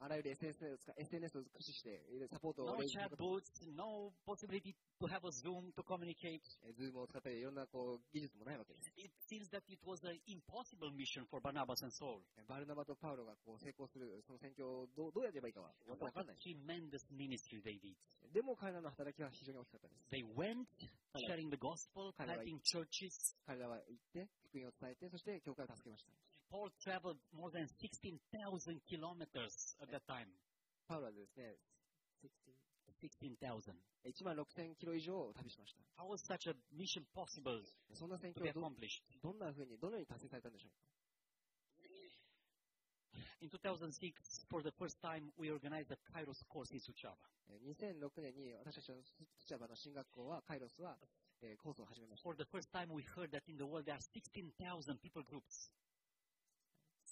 あらゆる SNS を使 SNS を駆使して、えーサポートを
no
連日
chat boots, no possibility to have a Zoom to communicate.
えー Zoom を使ったり、いろんなこう技術もないわけです。
It seems that it was an impossible mission for Barnabas and Saul.
えーバルナバとパウロがこう成功する、その宣教をどうどうやればいいかは分
What
かんない。
tremendous ministry they did.
でも彼らの働きは非常に大きかったです。
They went sharing the gospel,
Hello.
planting churches.
彼らは行って、福音を伝えて、そして教会を助けました。
Paul traveled more than 16,000 kilometers at that time.
パウロはですね、
16,000.
1万6000キロ以上を旅しました。
How was such a mission possible
そんな宣
to
教
be
をど
accomplished?
どんな風に、どのように達成されたんでしょう
In 2006, for the first time, we organized the Kairos course in Suceava.
えー2006年に私たちのスチャバの進学校は、カイロスは、えーコースを始めました。
For the first time, we heard that in the world there are 16,000 people groups.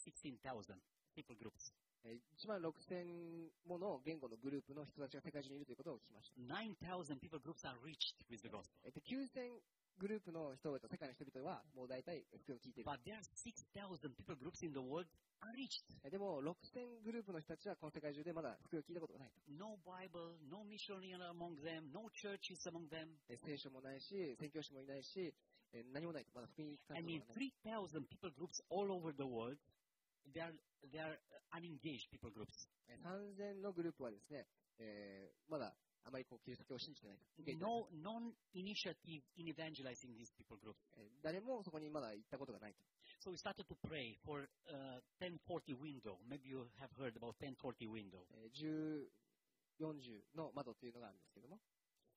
16,000 people groups.
え1万6000もの言語のグループの人たちが世界中にいるということを聞きました。
9,000 people groups are reached with the gospel.
えっと、9000グループの人々、世界の人々は、もう大体福音を聞いている。
But there are 6,000 people groups in the world unreached.
えでも、6000グループの人たちは、この世界中でまだ福音を聞いたことがないと。
No Bible, no missionary among them, no churches among them.
え聖書もないし、宣教師もいないし、え何もないと。まだ福音に関
And
して
in
もない。
3,000 people groups all over the world, they are, they are uh, unengaged people groups.
え3000のグループはですね、えーまだあまりこうキリスト教を信じてないと。受け入れてな
No
い
non-initiative in evangelizing these people groups.
えー誰もそこにまだ行ったことがないと。
So we started to pray for uh, 1040 window. Maybe you have heard about 1040 window.
えー10、40の窓というのがあるんですけども、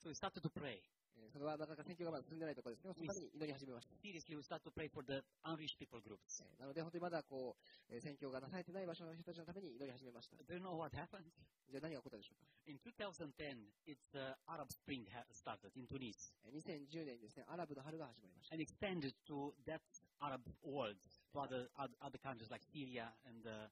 So we started to pray.
えーそれはなかなか選挙がまだ進んでないところですけど、そのために祈り始めました。
Seriously, we started to pray for the unreached people groups.
えーなので、本当にまだこう、えー選挙がなされてない場所の人たちのために祈り始めました。
Do you know what happened?
じゃあ何が起こったでしょうか。
In 2010, it's uh, Arab Spring ha- started in Tunis
えー2010年にですね、アラブの春が始まりました。
and extended to that Arab world, to other, oth- other countries like Syria and uh,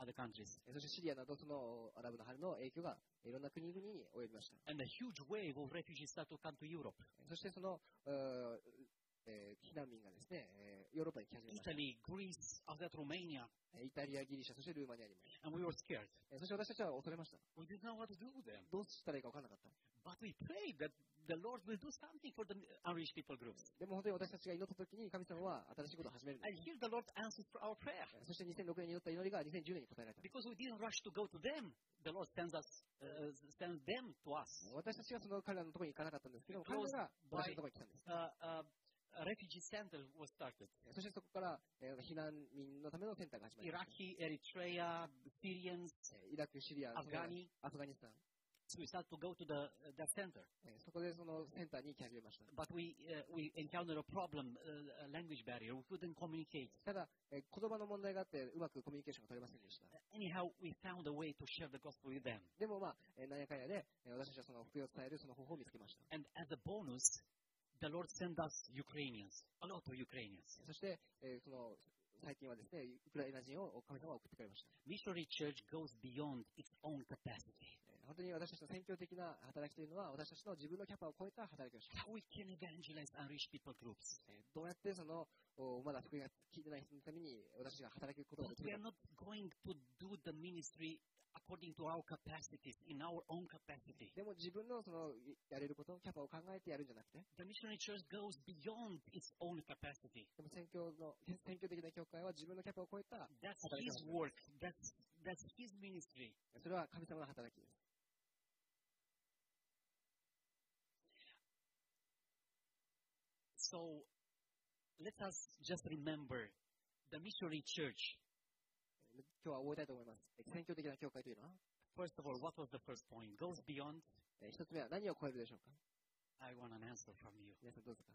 other countries.
えーそしてシリアなど、そのアラブの春の影響がいろんな国々に及びました。
And a huge wave of refugees started to come to Europe.
えーそしてその、うーえー避難民がですね、えーヨーロッパに来始めました。
Italy, Greece, after that Romania,
えーイタリア、ギリシャ、そしてルーマニアにも。
and we were scared.
えーそして私たちは恐れました。
We didn't know what to do with them.
どうしたらいいか分からなかった。
But we prayed that the Lord will do something for the unreached people groups.
でも本当に私たちが祈った時に神様は新しいことを始めるんで
And here the Lord answered for our prayer.
す。そして2006年に祈った祈りが2010年に答えられた。
Because we didn't rush to go to them, the Lord sends us, uh, sends them to us.
私たちはその彼らのところに行かなかったんですけども、
Close
彼らが
by
私のところに来たんです。
Uh, uh, a refugee center was started.
そしてそこから、えー避難民のためのセンターが始まりま
Iraqi,
した。
Eritrea, Syrians,
えーイラク、シリア、その
Afghani.
アフガニスタン、
So we started to go to the uh, that center.
えーそこでそのセンターに行き始めました。
But we uh, we encountered a problem, uh, a language barrier. We couldn't communicate.
ただ、えー言葉の問題があって、うまくコミュニケーションが取れませんでした。
Anyhow, we found a way to share the gospel with them.
でもまあ、えーなんやかんやで、えー私たちはその福音を伝えるその方法を見つけました。
And as a bonus, the Lord sent us Ukrainians, a lot of Ukrainians.
そして、えーその最近はですね、ウクライナ人を神様は送ってくれました。
Missionary church goes beyond its own capacity.
えー本当に私たちの宣教的な働きというのは、私たちの自分のキャパを超えた働きをします。
How we can evangelize unreached people groups.
えーどうやってその、おまだ福音が聞いてない人のために、私が働くことが
But
で
we
きる
are not
か。
going to do the ministry according to our capacities, in our own capacity.
でも自分のそのいやれること、キャパを考えてやるんじゃなくて、
The missionary church goes beyond its own capacity.
でも宣教の宣教的な教会は自分のキャパを超えた、
That's
Apa
his
itu?
work. That's that's his ministry.
それは神様の働きです。
So let us just remember the missionary church.
今日は終えたいと思います。えー宣教的な教会というのは、
First of all, what was the first point? Goes beyond.
えー一つ目は何を超えるでしょうか
I want an answer from you.
皆さんどうですか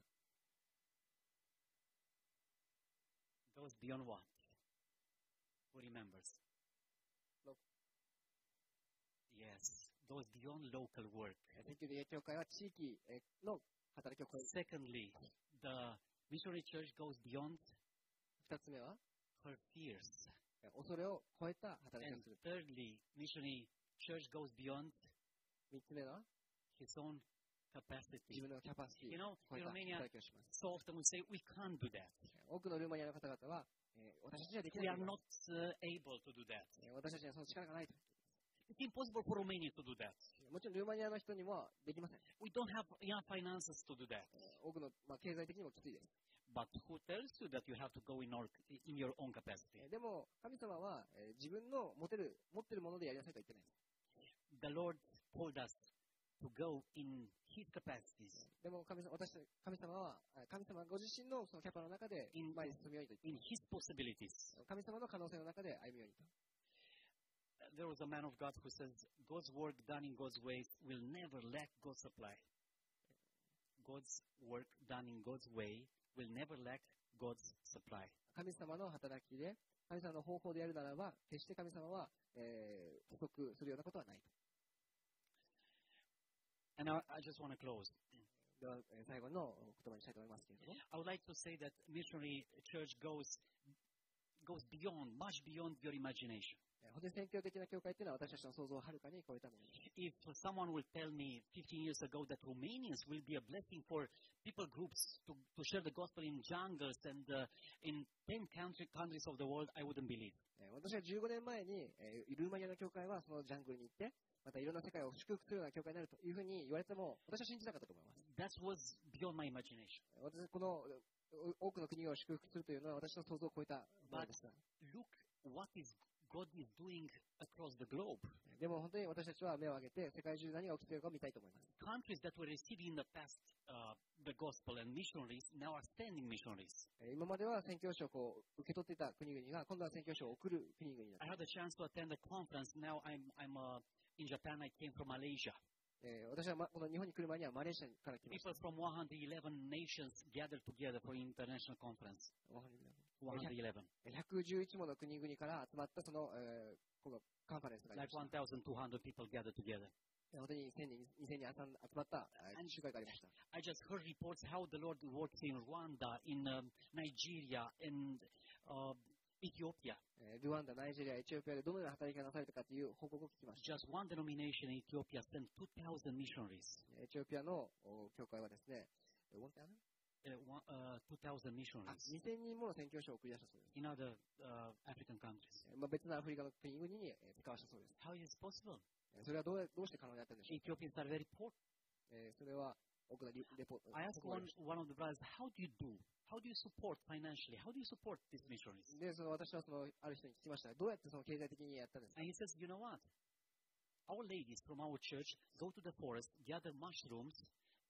Goes beyond what? Who remembers?
Local.
Yes, goes beyond local work.
えー宣教的な教会は地域えーの働きを超える。
Secondly, the missionary church goes beyond
二つ目は、
her fears.
えー恐れを超えた働き
And
をする。
thirdly, missionary church goes beyond
三つ目は、
his own capacity.
自分のキャパシティ
You know,
を超え
in
た
Romania,
働きをします。
so often we say we can't do that.
多くのルーマニアの方々は、えー私たちにはできな
We
い
are
んだ
not uh, able to do that.
えー私たちにはその力がないと。
It's impossible for Romania to do that.
もちろんルーマニアの人にもできません。
We don't have enough finances to do that.
えー多くの、まあ、経済的にもきついです。
But who tells you that you have to go in, or, in your own
え
capacity?
ーでも、神様は、えー自分の持てる、持ってるものでやりなさいとは言ってな
The
い。
Lord told us to go in His capacities,
でも神様、私たち、神様は、えー神様ご自身のそのキャパの中で
うん
前に進むようにと言
in
って
His possibilities.
神様の可能性の中で歩むようにと。
There was a man of God who says, God's work done in God's ways will never lack God's supply. God's work done in God's way will never lack God's supply.
神様の働きで、神様の方法でやるならば、決して神様は、えー不足するようなことはないと。
And I, I just want to close.
では、えー最後の言葉にしたいと思いますけれども、
I would like to say that missionary church goes goes beyond, much beyond your imagination.
えー本当に宣教的な教会というのは私たちの想像をはるかに超えたものです。
If someone will tell me 15 years ago that Romanians will be a blessing for people groups to, to share the gospel in jungles and uh, in 10 country, countries of the world, I wouldn't believe.
えー私は15年前に、えールーマニアの教会はそのジャングルに行って、またいろんな世界を祝福するような教会になるというふうに言われても、私は信じなかったと思います。
That was beyond my imagination.
私このお多くの国を祝福するというのは私の想像を超えたものでした。
Look what is God is doing across the globe.
でも本当に私たちは目を上げて世界中で何が起きているかを見たいと思います。
Countries that were receiving in the past uh, the gospel and missionaries now are sending missionaries.
えー今までは宣教師をこう受け取っていた国々が今度は宣教師を送る国々にな
I
る、
had a chance to attend a conference. Now I'm I'm uh, in Japan. I came from Malaysia.
えー私は、ま、この日本に来る前にはマレーシアから来ました。
People from 111 nations gathered together for international conference. 111,
えー111もの国々から集まったその、えーこのカンファレンスがありま
like
した。
1,200 people gathered together.
えー本当に1000人、2000人集まったえー集会がありました。
I just heard reports how the Lord works in Rwanda, in um, Nigeria, in uh, Ethiopia.
えールワンダ、ナイジェリア、エチオピアでどのような働きがなされたかという報告を聞きました。
Just one denomination in Ethiopia sent 2,000 missionaries.
エチオピアのお教会はですね、えーウォンテアナ
Uh, one, uh, 2,000
あ
missionaries
2000人もの宣教師を送り出したそうです。
in other uh, African countries.
えーまあ、別のアフリカの国々にえー使わせたそうです。
How is it possible?
えーそれはどうやどうして可能になったんでしょう、
Ethiopians are very poor.
えーそれは奥のリレポート。
I asked
報告
one,
があ
one of
りまし
the brothers, how do you do? How do you support financially? How do you support these missionaries?
たで、その私はそのある人に聞きました。どうやってその経済的にやったんですか
And he says, you know what? Our ladies from our church go to the forest, gather mushrooms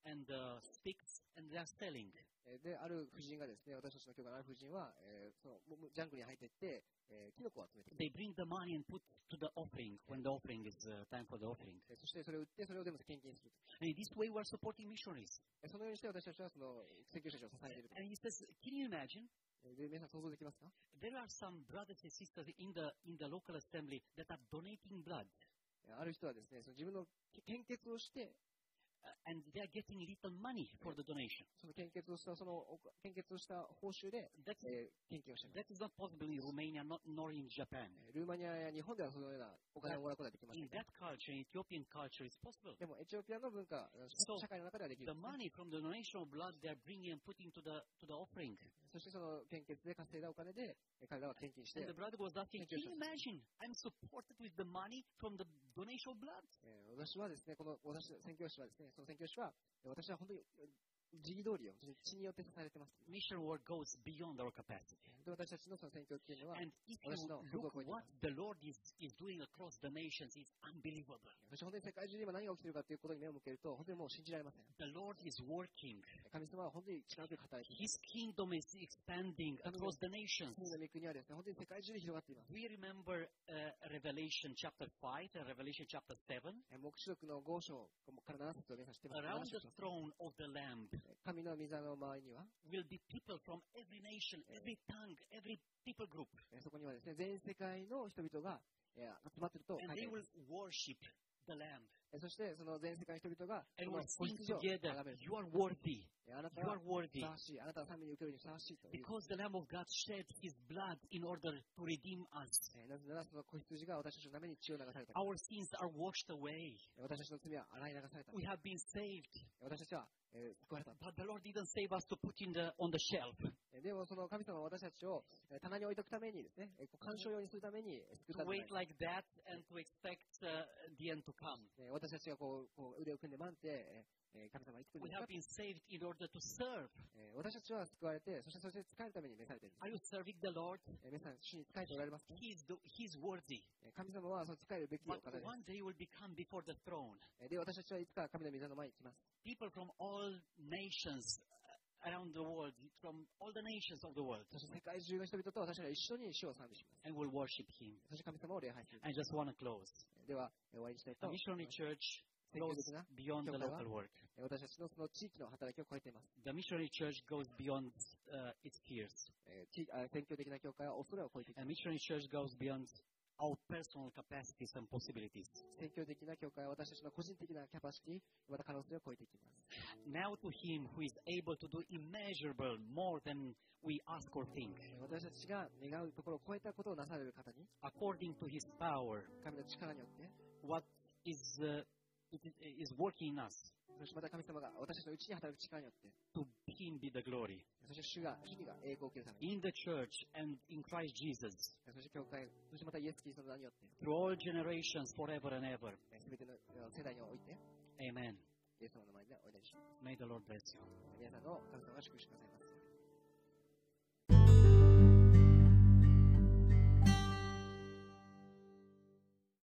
and uh, sticks, and they are selling.
えーで、ある夫人がですね、私たちの教会のある夫人は、えーそのももジャングルに入っていって、えーキノコを集めて、
They bring the money and put to the offering when the offering is uh, time for the offering.
えーそしてそれを売って、それを全部献金すると。
And in this way, we are supporting missionaries.
えーそのようにして私たちはその宣教師たちを支えていると。
And he says, can you imagine?
えーで、皆さん想像できますか
There are some brothers and sisters in the in the local assembly that are donating blood,
えーある人はですね、その自分の献血をして、
uh, and they are getting little money for the donation.
その献血をした、その、お献血をした報酬で、
That's
えー献金をしてます。
That is not possible in Romania, not, nor in Japan.
えールーマニアや日本ではそのようなお金をもらうことはできませ
In
ん。
that culture, in Ethiopian culture, it's possible.
でも、エチオピアの文化、
そう
社会の中ではできる
The。money from the donation of blood they are bringing and putting to the to the offering.
そしてその献血で稼いだお金で、えー彼らは献金して
And、the brother was asking,
Thank you,
"Can you imagine? I'm supported with the money from the donation of blood."
えー私はですね、この、私、宣教師はですね、その宣教師は、えー私は本当にえー時期通りを、本当に地によって支えられてます。
Mission work goes beyond our capacity.
で、私たちのその宣教っていうのは、
And if
Let's
you
not
look
forget
what the Lord is, is doing across the nations, it's unbelievable.
そして本当に世界中で今何が起きてるかということに目を向けると、本当にもう信じられません。
The Lord is working.
神様は本当に力強く働いています。
His kingdom is expanding across the nations.
神の御国はですね、本当に世界中で広がっています。
We remember uh, Revelation chapter 5 and Revelation chapter 7.
え黙示録の5章から7節を皆さん知ってますか
Around
7
the
節です
throne of the Lamb
神の御座の周りには、
will be people from every nation, every tongue, every people group.
えそこにはですね、全世界の人々がえ集まってると
And
書い
they
てあります
will worship the Lamb
えそして、その全世界の人々が、
and
この
will
子
sing
羊を
together,
眺める。
You are worthy,
えあなた
you
は
are worthy.
ふさわしい。あなたは神に受けるにふさわしいという。
Because the Lamb of God shed his blood in order to redeem us.
えなぜなら、その子羊が私たちのために血を流されたから。
Our sins are washed away.
え私たちの罪は洗い流された。
We have been saved.
え私たちは、え救われた。
But the Lord didn't save us to put in the, on the shelf.
えでも、その神様は私たちをえ棚に置いておくためにですね、えこう鑑賞用にするためにえ救っ
To
たんじゃない
wait like that and to expect uh, the end to come.
え私たちがこうこう腕を組んで待って、ええ神様はいつ来るん
We
です
have
か、
been saved in order to serve.
え私たちは救われて、そしてそして使えるために召されているんで
Are you serving the Lord?
す。え皆さん、主に使えておられますか
He is, the, he is worthy.
え神様はその使えるべき
But
お方です
one day will become before the throne.
え。で、私たちはいつか神の御座の前に来ます。
People from all nations uh, around the world, from all the nations of the world,
そして世界中の人々と私たちは一緒に主を賛美します。
and will worship Him.
そして神様を礼拝する。
I just want to close.
では、え終わりにしたいと
The
思
missionary
います。
church
積極
goes
的な
beyond the
Church.
local work.
え私たちのその地域の働きを超えています。
The missionary church goes beyond uh, its peers.
えー地あ選挙的な教会は恐れを超えていき
The
ます。
missionary church goes beyond our personal capacities and possibilities.
選挙的な教会は私たちの個人的なキャパシティ、また可能性を超えていきます。
Now to Him who is able to do immeasurable more than we ask or think,
えー私たちが願うところを超えたことをなされる方に、
according to His power,
神の力によって、
what is uh, it is- is working in us.
そしてまた神様が私たちのうちに働く力によって、
To Him be the glory
そして主が、主が栄光を受けるために、
in the church and in Christ Jesus
そして教会、そしてまたイエス・キリストの名によって、
through all generations, forever and ever.
すべてのえー世代において、
Amen.
イエス様の前にお祈りします。
May the Lord bless you.
皆さんの神様が祝福してくださいます。